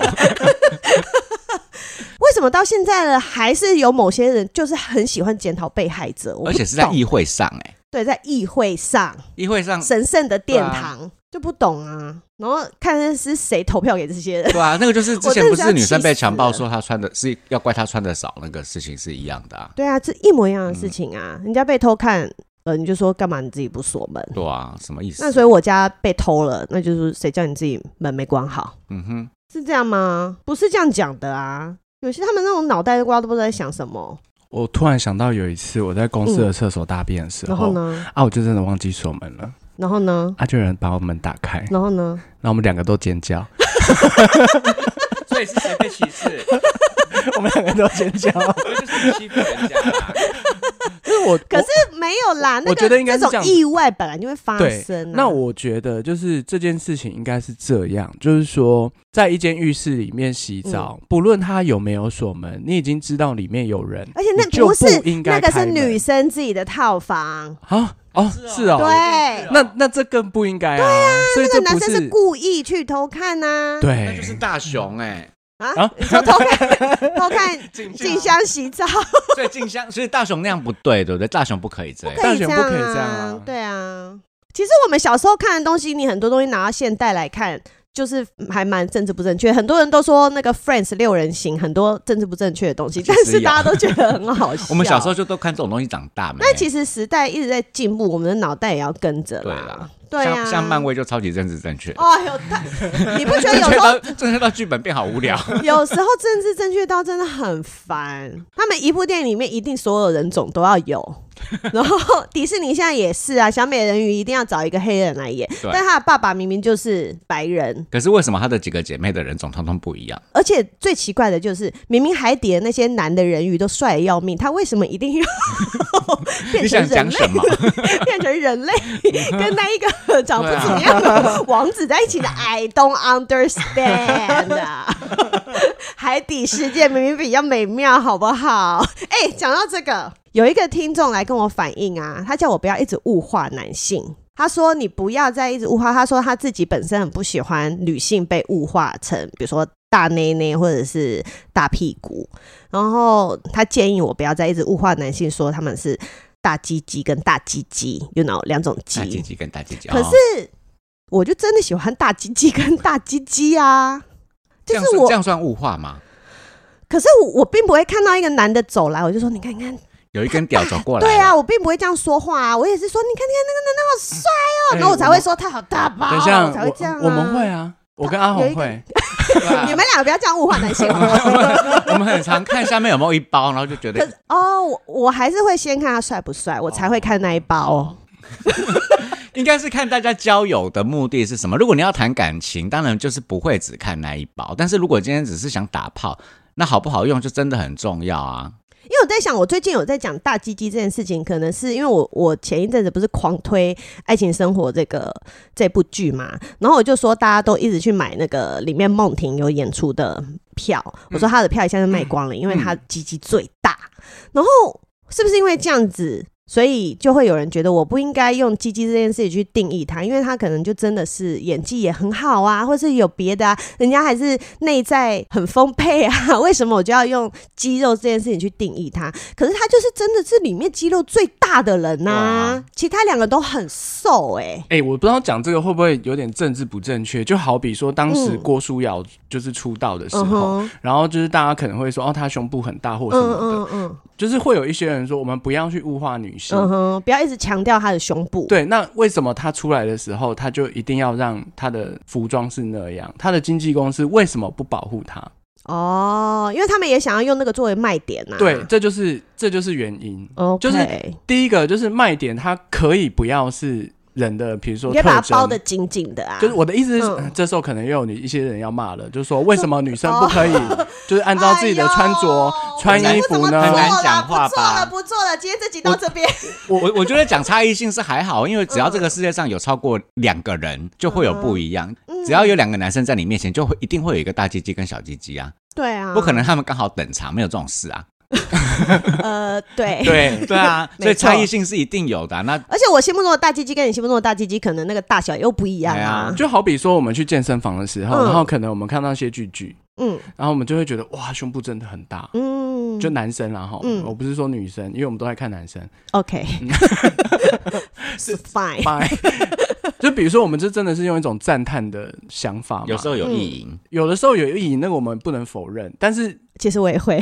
Speaker 1: 为什么到现在了，还是有某些人就是很喜欢检讨被害者？我不
Speaker 2: 而且是在
Speaker 1: 懂
Speaker 2: 议会上哎、
Speaker 1: 对在议会上
Speaker 2: 议会上
Speaker 1: 神圣的殿
Speaker 2: 对啊
Speaker 1: 堂、就不懂啊，然后看是谁投票给这些人。
Speaker 2: 对啊，那个就是之
Speaker 1: 我真
Speaker 2: 前
Speaker 1: 的
Speaker 2: 不
Speaker 1: 是要
Speaker 2: 是女生
Speaker 1: 气
Speaker 2: 被
Speaker 1: 死
Speaker 2: 强暴
Speaker 1: 了
Speaker 2: 说她穿的是要怪她穿的少那个事情是一样的啊，
Speaker 1: 对啊，这一模一样
Speaker 3: 嗯
Speaker 1: 的事情啊，人家被偷看，呃，你就说干嘛你自己不锁门？
Speaker 2: 对啊，什么意思？
Speaker 1: 那所以我家被偷了，那就是谁叫你自己门没关好，
Speaker 2: 嗯哼，
Speaker 1: 是这样吗？不是这样讲的啊。有些他们那种脑袋瓜都不知道在想什么，
Speaker 3: 我突然想到有一次我在公司的厕所大便的时
Speaker 1: 嗯然
Speaker 3: 候
Speaker 1: 后，呢，
Speaker 3: 啊，我就真的忘记锁门了，
Speaker 1: 然后呢，
Speaker 3: 啊，就有人把我门打开，然
Speaker 1: 然后 呢，
Speaker 3: 后我们两个都 尖叫，
Speaker 4: 所以是谁被歧视？
Speaker 3: 我们两个都尖叫。
Speaker 4: 我就是欺负人家啦。
Speaker 3: 可是我，
Speaker 1: 可是没有啦，那个
Speaker 3: 我觉得应该是
Speaker 1: 这
Speaker 3: 这
Speaker 1: 种
Speaker 3: 样
Speaker 1: 意外本来就会发
Speaker 3: 对
Speaker 1: 生、啊。
Speaker 3: 那我觉得就是这件事情应该是这样，就是说，在一间浴室里面洗澡，
Speaker 1: 嗯
Speaker 3: 不论它有没有锁门，你已经知道里面有人，
Speaker 1: 而且那
Speaker 3: 你就
Speaker 1: 不是
Speaker 3: 应
Speaker 1: 那
Speaker 3: 该
Speaker 1: 个
Speaker 3: 开
Speaker 1: 是
Speaker 3: 门
Speaker 1: 女生自己的套房，
Speaker 3: 啊哦是哦，
Speaker 1: 对
Speaker 3: 那那这更不应该啊，所以
Speaker 1: 那
Speaker 3: 这
Speaker 1: 个男
Speaker 3: 不
Speaker 1: 生是故意去偷看呐、啊。
Speaker 2: 那就
Speaker 3: 对
Speaker 2: 是大熊哎、
Speaker 1: 啊
Speaker 3: 啊，
Speaker 1: 你说偷 看偷看
Speaker 2: 静
Speaker 1: 静香洗澡，
Speaker 2: 所以静香，所以大熊那样不对，对不对？大熊不可以这样。
Speaker 1: 可以
Speaker 3: 大
Speaker 1: 这
Speaker 3: 选
Speaker 1: 样
Speaker 3: 不可以这样
Speaker 1: 啊
Speaker 3: 啊，
Speaker 1: 对啊。其实我们小时候看的东西，你很多东西拿到现代来看，就是嗯还蛮政治不正确。很多人都说那个《Friends》六人行很多政治不正确的东西，
Speaker 2: 其
Speaker 1: 但是
Speaker 2: 实有
Speaker 1: 大家都觉得很好笑。
Speaker 2: 我们小时候，就都看这种东西长大嘛。
Speaker 1: 但其实时代一直在进步，我们的脑袋也要跟着
Speaker 2: 对
Speaker 1: 啦
Speaker 2: 啦。
Speaker 1: 对啊，
Speaker 2: 哎像像漫。威就超级政治正 确，
Speaker 1: 哎呦，他你不觉得
Speaker 2: 正
Speaker 1: 有
Speaker 2: 确
Speaker 1: 时候
Speaker 2: 到正确到剧本变好 无聊。
Speaker 1: 有时候政治正确到真的很烦。他们一部电影里面一定所有人种都要 有，然后迪士尼现在也是啊，小美人鱼一定要找一个黑人来演，
Speaker 2: 对
Speaker 1: 但他的爸爸明明就是白人，
Speaker 2: 可是为什么他的几个姐妹的人种通通不一样？
Speaker 1: 而且最奇怪的就是，明明海底的那些男的人鱼都帅得要命，他为什么一定 要变
Speaker 2: 你
Speaker 1: 成
Speaker 2: 想
Speaker 1: 人
Speaker 2: 讲
Speaker 1: 类？
Speaker 2: 什么？
Speaker 1: 变成人类，跟那一个 长不怎么样的王子在一起的，I don't understand 啊！海底世界明明比较美妙，好不好？哎、讲到这个，有一个听众来跟我反映啊，他叫我不要一直物化男性。他说：“你不要再一直物化。”他说他自己本身很不喜欢女性被物化成，比如说大内内或者是大屁股。然后他建议我不要再一直物化男性，说他们是大鸡鸡跟大鸡鸡，you know 两种
Speaker 2: 哦大姐
Speaker 1: 鸡。
Speaker 2: 姐跟大姐姐，
Speaker 1: 可
Speaker 2: 哦
Speaker 1: 是我就真的喜欢大鸡鸡跟大鸡鸡啊，
Speaker 2: 这
Speaker 1: 就
Speaker 2: 样
Speaker 1: 是
Speaker 2: 算这
Speaker 1: 我。
Speaker 2: 样算物化吗？
Speaker 1: 可是我我并不会看到一个男的走来，我就说你看你看，
Speaker 2: 有一根屌走过来，
Speaker 1: 对啊，，我并不会这样说话啊，我也是说你看你看那个男的好帅哦，
Speaker 3: 哎
Speaker 1: 然后我才会说他好大包，
Speaker 3: 等一下
Speaker 1: 我才会这样、啊
Speaker 3: 我，我们会啊，我跟阿
Speaker 1: 有一个
Speaker 3: 红会，
Speaker 1: 啊你们两个不要这样物化男性。哦
Speaker 2: 我们很常看下面有没有一包，然后就觉
Speaker 1: 可
Speaker 2: 得
Speaker 1: 是哦，我我还是会先看他帅不帅，我才会看那一包。
Speaker 2: 哦，应该是看大家交友的目的是什么。如果你要谈感情，当然就是不会只看那一包。但是如果今天只是想打炮，那好不好用就真的很重要啊。
Speaker 1: 因为我在想，我最近有在讲大鸡鸡这件事情，可能是因为我我前一阵子不是狂推《爱情生活》这个这部剧嘛，然后我就说大家都一直去买那个里面梦婷有演出的票，我说她的票一下就卖光了，因为她鸡鸡最大。然后是不是因为这样子，所以就会有人觉得我不应该用鸡鸡这件事情去定义他，因为他可能就真的是演技也很好啊，或是有别的啊，人家还是内在很丰沛啊， 为什么我就要用肌肉这件事情去定义他？可是他就是真的是里面肌肉最大的人呐、
Speaker 2: 哇
Speaker 1: 其他两个都很瘦哎、
Speaker 3: 哎、我不知道讲这个会不会有点政治不正确，就好比说当时
Speaker 1: 嗯
Speaker 3: 郭书瑶就是出道的时
Speaker 1: 嗯
Speaker 3: 候，
Speaker 1: 哼，
Speaker 3: 然后哦就是大家可能会说哦，她胸部很大或什么的，
Speaker 1: 嗯嗯
Speaker 3: 就是会有一些人说我们不要去物化女性。
Speaker 1: 嗯哼，不要一直强调他的胸部。，
Speaker 3: 对，那为什么他出来的时候，他就一定要让他的服装是那样？他的经纪公司为什么不保护他？
Speaker 1: 哦，因为他们也想要用那个作为卖点呐、啊。
Speaker 3: 对，这就是这就是原因。
Speaker 1: o k
Speaker 3: 就是第一个就是卖点，它可以不要是人的，比如说
Speaker 1: 你可以把
Speaker 3: 特
Speaker 1: 它包的
Speaker 3: 征。
Speaker 1: 紧紧的啊。
Speaker 3: 就是我的意思是，
Speaker 1: 嗯
Speaker 3: 呃这时候可能又有你一些人要骂了，就是说为什么女生不可以，
Speaker 1: 哦
Speaker 3: 就是按照自己的穿
Speaker 1: 哎
Speaker 3: 着、穿衣服呢？
Speaker 2: 很
Speaker 1: 很
Speaker 2: 难
Speaker 1: 难
Speaker 2: 讲话吧
Speaker 1: 不做了，今天这集到这 边。
Speaker 2: 我我觉得讲差异性是还好，因为只要这个世界上有超过两个人，就会有不一样。只要有两个男生在你面前，就会一定会有一个大鸡鸡跟小鸡鸡啊，
Speaker 1: 对啊，
Speaker 2: 不可。能他们刚好等长，没有这种事啊。
Speaker 1: 呃，对。
Speaker 2: 对对啊，
Speaker 1: 没错
Speaker 2: 所以差异性是一定有的啊、那
Speaker 1: 而且我心目中的大鸡鸡跟你心目中的大鸡鸡，可能那个大小又不一样啊
Speaker 2: 哎呀。
Speaker 3: 就好比说我们去健身房的时候，
Speaker 1: 嗯
Speaker 3: 然后可能我们看到一些巨巨，
Speaker 1: 嗯
Speaker 3: 然后我们就会觉得哇，胸部真的很大。
Speaker 1: 嗯，
Speaker 3: 就男生啊啦哈，
Speaker 1: 嗯
Speaker 3: 我不是说女生，因为我们都在看男生。
Speaker 1: OK，是 fine。
Speaker 3: 拜， 就比如说我们这真的是用一种赞叹的想法嘛，
Speaker 2: 有时候有意淫，
Speaker 3: 有的时候有意淫，那个我们不能否认，但是
Speaker 1: 其实我也 会，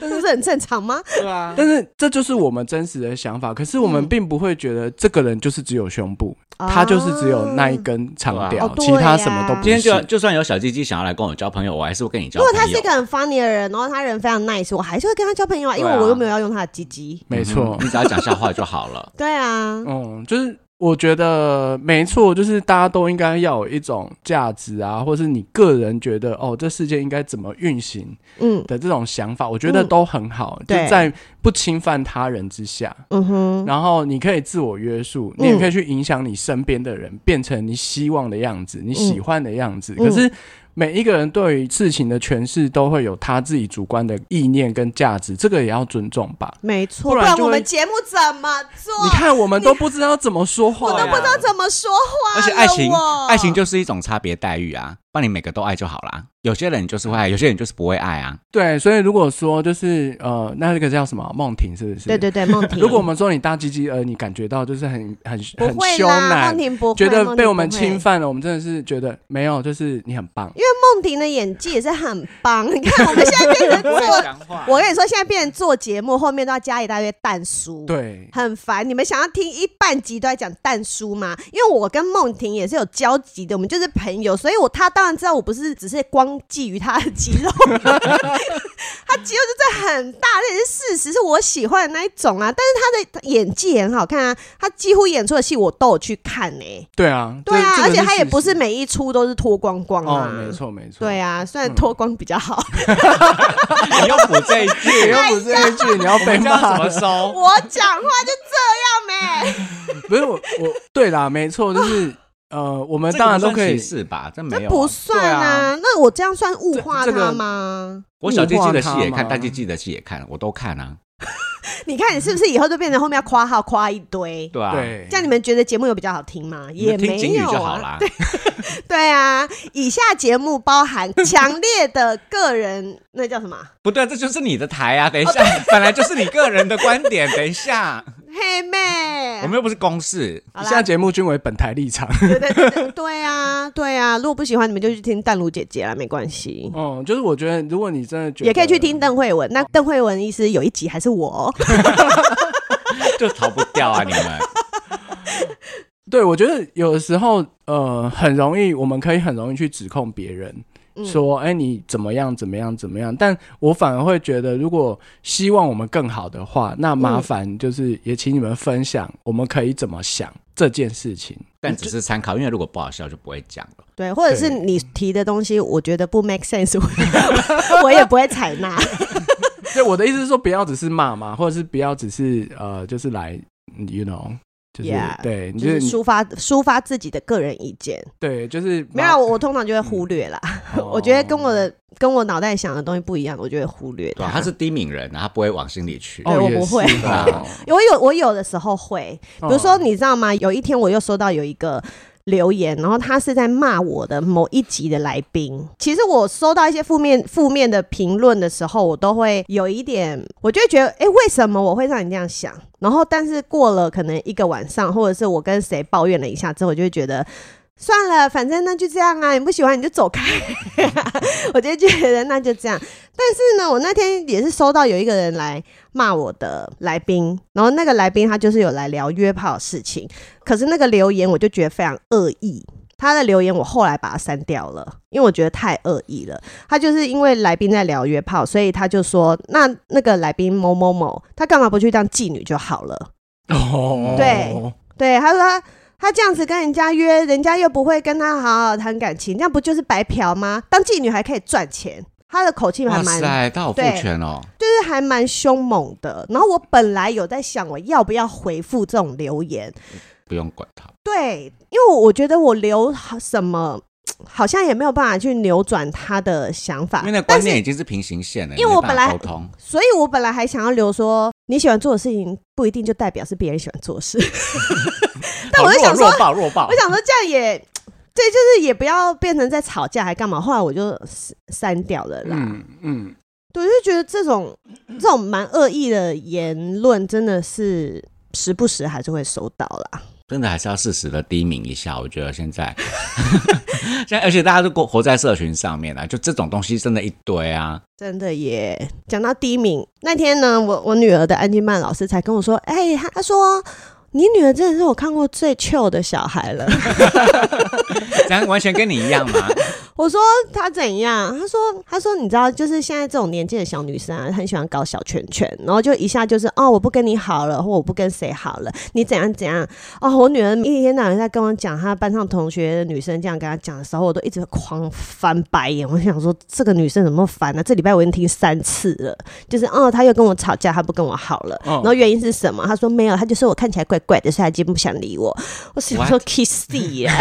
Speaker 1: 这不是很正常吗？
Speaker 2: 对啊，
Speaker 3: 但是这就是我们真实的想法，可是我们
Speaker 1: 嗯
Speaker 3: 并不会觉得这个人就是只有胸部， 他就是只有那一
Speaker 1: 啊。
Speaker 3: 根长
Speaker 2: 对
Speaker 3: 屌，
Speaker 1: 啊哦
Speaker 3: 其他什么都
Speaker 1: 对呀
Speaker 3: 不是。
Speaker 2: 今天就就算有小鸡鸡想要来跟我交朋友，我还是会跟你交
Speaker 1: 如
Speaker 2: 朋
Speaker 1: 果
Speaker 2: 友。啊
Speaker 1: 他是一个很 funny 的人，然后他人非常 nice，我还是会跟他交朋友啊，因为
Speaker 2: 对啊
Speaker 1: 我又没有要用他的鸡鸡。。
Speaker 3: 没错
Speaker 2: 嗯，你只要讲笑话就好了
Speaker 1: 对啊，
Speaker 3: 嗯，就是我觉得没错，就是大家都应该要有一种价值啊，或是你个人觉得哦，这世界应该怎么运行
Speaker 1: 嗯
Speaker 3: 的这种想法，我觉得都很好，就
Speaker 1: 对
Speaker 3: 在不侵犯他人之下，
Speaker 1: 嗯哼，
Speaker 3: 然后你可以自我约束，
Speaker 1: 嗯
Speaker 3: 你也可以去影响你身边的人，变成你希望的样子，你喜欢的样子。
Speaker 1: 嗯
Speaker 3: 可是每一个人对于事情的诠释都会有他自己主观的意念跟价值，这个也要尊重吧。
Speaker 1: 没错，
Speaker 3: 不
Speaker 1: 不
Speaker 3: 然
Speaker 1: 然
Speaker 3: 就
Speaker 1: 我
Speaker 3: 会
Speaker 1: 们节目怎么做？
Speaker 3: 你看，我们都不知道怎么说话、
Speaker 1: 我都不知道怎么说话了我，
Speaker 2: 而且爱情，爱情就是一种差别待遇啊，帮你每个都爱就好啦。有些人就是会
Speaker 3: 嗯
Speaker 2: 爱，有些人就是不会爱啊。
Speaker 3: 对，所以如果说就是呃，那个叫什么梦婷是不是？
Speaker 1: 对。对对，梦婷。
Speaker 3: 如果我们说你大鸡鸡，呃，你感觉到就是很很
Speaker 1: 不
Speaker 3: 很
Speaker 1: 会
Speaker 3: 羞
Speaker 1: 啦，
Speaker 3: 赧
Speaker 1: 梦，婷不会
Speaker 3: 觉得
Speaker 1: 梦
Speaker 3: 被
Speaker 1: 婷
Speaker 3: 我们
Speaker 1: 不会
Speaker 3: 侵犯了，我们真的是觉得没有，就是你很棒。
Speaker 1: 梦婷的演技也是很棒，你看我们现在变成做，
Speaker 4: 讲话
Speaker 1: 我跟你说，现在变成做节目，后面都要加一大堆蛋书，，
Speaker 3: 对，
Speaker 1: 很烦。你们想要听一半集都在讲蛋书吗？因为我跟梦婷也是有交集的，我们就是朋友，所以我他当然知道我不是只是光觊觎他的肌肉， 他肌肉真的很大，这也是事实，是我喜欢的那一种啊。但是他的演技也很好看啊，他几乎演出的戏我都有去看呢、
Speaker 3: 对啊，
Speaker 1: 对啊，
Speaker 3: 这
Speaker 1: 而且他也不。
Speaker 3: 这个事
Speaker 1: 是
Speaker 3: 实
Speaker 1: 每一出都是脱光光
Speaker 3: 哦
Speaker 1: 啊，，
Speaker 3: 没错没错。嗯
Speaker 1: 对啊，虽然脱光比较好，
Speaker 2: 你又补这一 句，
Speaker 3: 你又不是
Speaker 1: ，Oh
Speaker 3: 那句，你要被
Speaker 2: 这样
Speaker 3: 骂
Speaker 2: 怎。么收？
Speaker 1: 我讲话就这样呗、欸
Speaker 3: 不是我，我对啦，没 错，就是呃，我们当然都可以。
Speaker 2: 是吧？这没
Speaker 1: 这
Speaker 2: 有啊、
Speaker 1: 不算
Speaker 2: 对
Speaker 1: 啊。那我这样算物化
Speaker 3: 这这个
Speaker 1: 他吗？
Speaker 2: 我小鸡鸡的戏也
Speaker 3: 物化他
Speaker 1: 啊
Speaker 2: 看，
Speaker 3: 吗
Speaker 2: 大鸡鸡的戏也看，我都看啊，
Speaker 1: 你看你是不是以后就变成后面要夸号夸一堆？
Speaker 2: 对啊，
Speaker 3: 对，
Speaker 1: 这样你们觉得节目有比较好听吗？
Speaker 2: 你
Speaker 1: 也
Speaker 2: 们听
Speaker 1: 没
Speaker 2: 警语
Speaker 1: 有
Speaker 2: 就好
Speaker 1: 啊。
Speaker 2: 啦。
Speaker 1: 对啊，以下节目包含强烈的个人，那叫什么？
Speaker 2: 不对，这就是你的台
Speaker 1: 哦
Speaker 2: 啊！等一下， 本来就是你个人的观点。等一下，
Speaker 1: 黑妹，
Speaker 2: 我们又不是公事。
Speaker 1: 好
Speaker 3: 以下
Speaker 1: 啦，
Speaker 3: 节目均为本台立场。
Speaker 2: 嗯
Speaker 1: 对对对对对啊，对啊。如果不喜欢，你们就去听淡如姐姐啦，没关系。
Speaker 3: 哦，就是我觉得，如果你真的觉得，
Speaker 1: 也可以去听邓慧文，那邓慧文医师有一集还是我哦，
Speaker 2: 就逃不掉啊！你们，
Speaker 3: 对，我觉得有的时候，呃，很容易，我们可以很容易去指控别人，
Speaker 1: 嗯
Speaker 3: 说，哎、你怎么样，怎么样，怎么样。但我反而会觉得，如果希望我们更好的话，那麻
Speaker 1: 嗯
Speaker 3: 烦就是也请你们分享，我们可以怎么想这件事情。
Speaker 2: 但只是参考，因为如果不好笑就不会讲了。
Speaker 1: 对，或者是
Speaker 3: 对
Speaker 1: 你提的东西，我觉得不 make sense，我我也不会采纳。
Speaker 3: 对，我的意思是说，不要只是骂嘛，或者是不要只是呃，就是来嗯，you know，就是
Speaker 1: Yeah，
Speaker 3: 对，你
Speaker 1: 就
Speaker 3: 就是是你
Speaker 1: 抒发抒发自己的个人意见，
Speaker 3: 对，就是
Speaker 1: 没有啊，我我通常就会忽略啦。
Speaker 3: 哦
Speaker 1: 我觉得跟我的跟我脑袋想的东西不一样，我就会忽略
Speaker 2: 对啊
Speaker 1: 它。，
Speaker 2: 他是低敏人啊，他不会往心里去。啊
Speaker 1: 对
Speaker 3: 哦
Speaker 1: 我
Speaker 3: 也
Speaker 1: 不
Speaker 3: 是
Speaker 1: 会
Speaker 3: 哦
Speaker 1: 我有我有的时候会，比如说，你知道吗？有一天我又收到有一个。留言，然后他是在骂我的某一集的来宾。其实我收到一些负面负面的评论的时候，我都会有一点，我就会觉得，哎，为什么我会让你这样想？然后，但是过了可能一个晚上，或者是我跟谁抱怨了一下之后，我就会觉得，算了，反正那就这样啊，你不喜欢你就走开、 我就觉得那就这样。但是呢，我那天也是收到有一个人来骂我的来宾，然后那个来宾他就是有来聊约炮的事情，可是那个留言我就觉得非常恶意。他的留言我后来把它删掉了，因为我觉得太恶意了。他就是因为来宾在聊约炮，所以他就说：“那那个来宾某某某，他干嘛不去当妓女就好了？”
Speaker 3: 哦，
Speaker 1: 对对，他说他他这样子跟人家约，人家又不会跟他好好谈感情，这样不就是白嫖吗？当妓女还可以赚钱，他的口气还
Speaker 2: 哇
Speaker 1: 蛮
Speaker 2: 塞，他好父
Speaker 1: 对
Speaker 2: 权哦，
Speaker 1: 就是还蛮凶猛的。然后我本来有在想我要不要回复这种留言，
Speaker 2: 不用管他。
Speaker 1: 对，因为我觉得我留好什么好像也没有办法去扭转他的想法
Speaker 2: 因为那，
Speaker 1: 但
Speaker 2: 观念
Speaker 1: 是
Speaker 2: 已经是平行线了，
Speaker 1: 啊因为我
Speaker 2: 没
Speaker 1: 本
Speaker 2: 办
Speaker 1: 来
Speaker 2: 法沟通，
Speaker 1: 所以我本来还想要留说你喜欢做的事情不一定就代表是别人喜欢做的事，
Speaker 2: 哦
Speaker 1: 但我就想说
Speaker 2: 弱爆弱爆
Speaker 1: 我，想说这样也，对，就是也不要变成在吵架还干嘛。后来我就删删掉了啦。
Speaker 3: 嗯嗯，
Speaker 1: 对，我就觉得这种这种蛮恶意的言论，真的是时不时还是会收到啦。
Speaker 2: 真的还是要适时的低鸣一下。我觉得现在， 现在而且大家都活活在社群上面啊，就这种东西真的一堆啊。
Speaker 1: 真的耶！讲到第一名那天呢，我我女儿的安静曼老师才跟我说，哎、她她说你女儿真的是我看过最 chill 的小孩了。
Speaker 2: 这样完全跟你一样 嘛？
Speaker 1: 我说她怎样？她说她说你知道，就是现在这种年纪的小女生啊，很喜欢搞小圈圈，然后就一下就是哦，我不跟你好了，或我不跟谁好了，你怎样怎样。哦，我女儿一天到晚在跟我讲她班上同学的女生这样跟她讲的时候，我都一直狂翻白眼。我想说这个女生怎么那么烦呢、啊这礼拜我已经听三次了，就是哦，她又跟我吵架，她不跟我好了。
Speaker 3: 然
Speaker 1: 然后原因是什么？她说没有，她就说我看起来怪怪的，所以她今天不想理我。我想说 kiss 呀、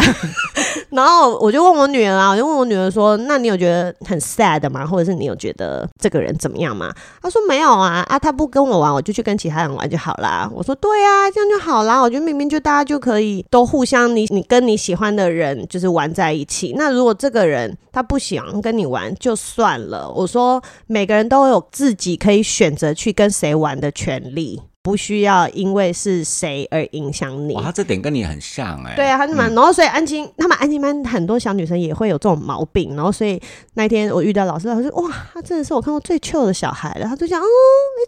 Speaker 1: 然后我就问我女儿啊，我就问我女儿说：“那你有觉得很 sad 吗？或者是你有觉得这个人怎么样吗？”她说：“没有啊，啊，他不跟我玩，我就去跟其他人玩就好啦。”我说：“对啊，这样就好啦。我觉得明明就大家就可以都互相你你跟你喜欢的人就是玩在一起。那如果这个人他不想跟你玩，就算了。我说每个人都有自己可以选择去跟谁玩的权利，不需要因为是谁而影响你。
Speaker 2: 哇，他这点跟你很像哎、
Speaker 1: 对啊，他们、然后所以安亲他们安亲班很多小女生也会有这种毛病，然后所以那一天我遇到老师，老师说哇，他真的是我看过最 chill 的小孩了，他就讲嗯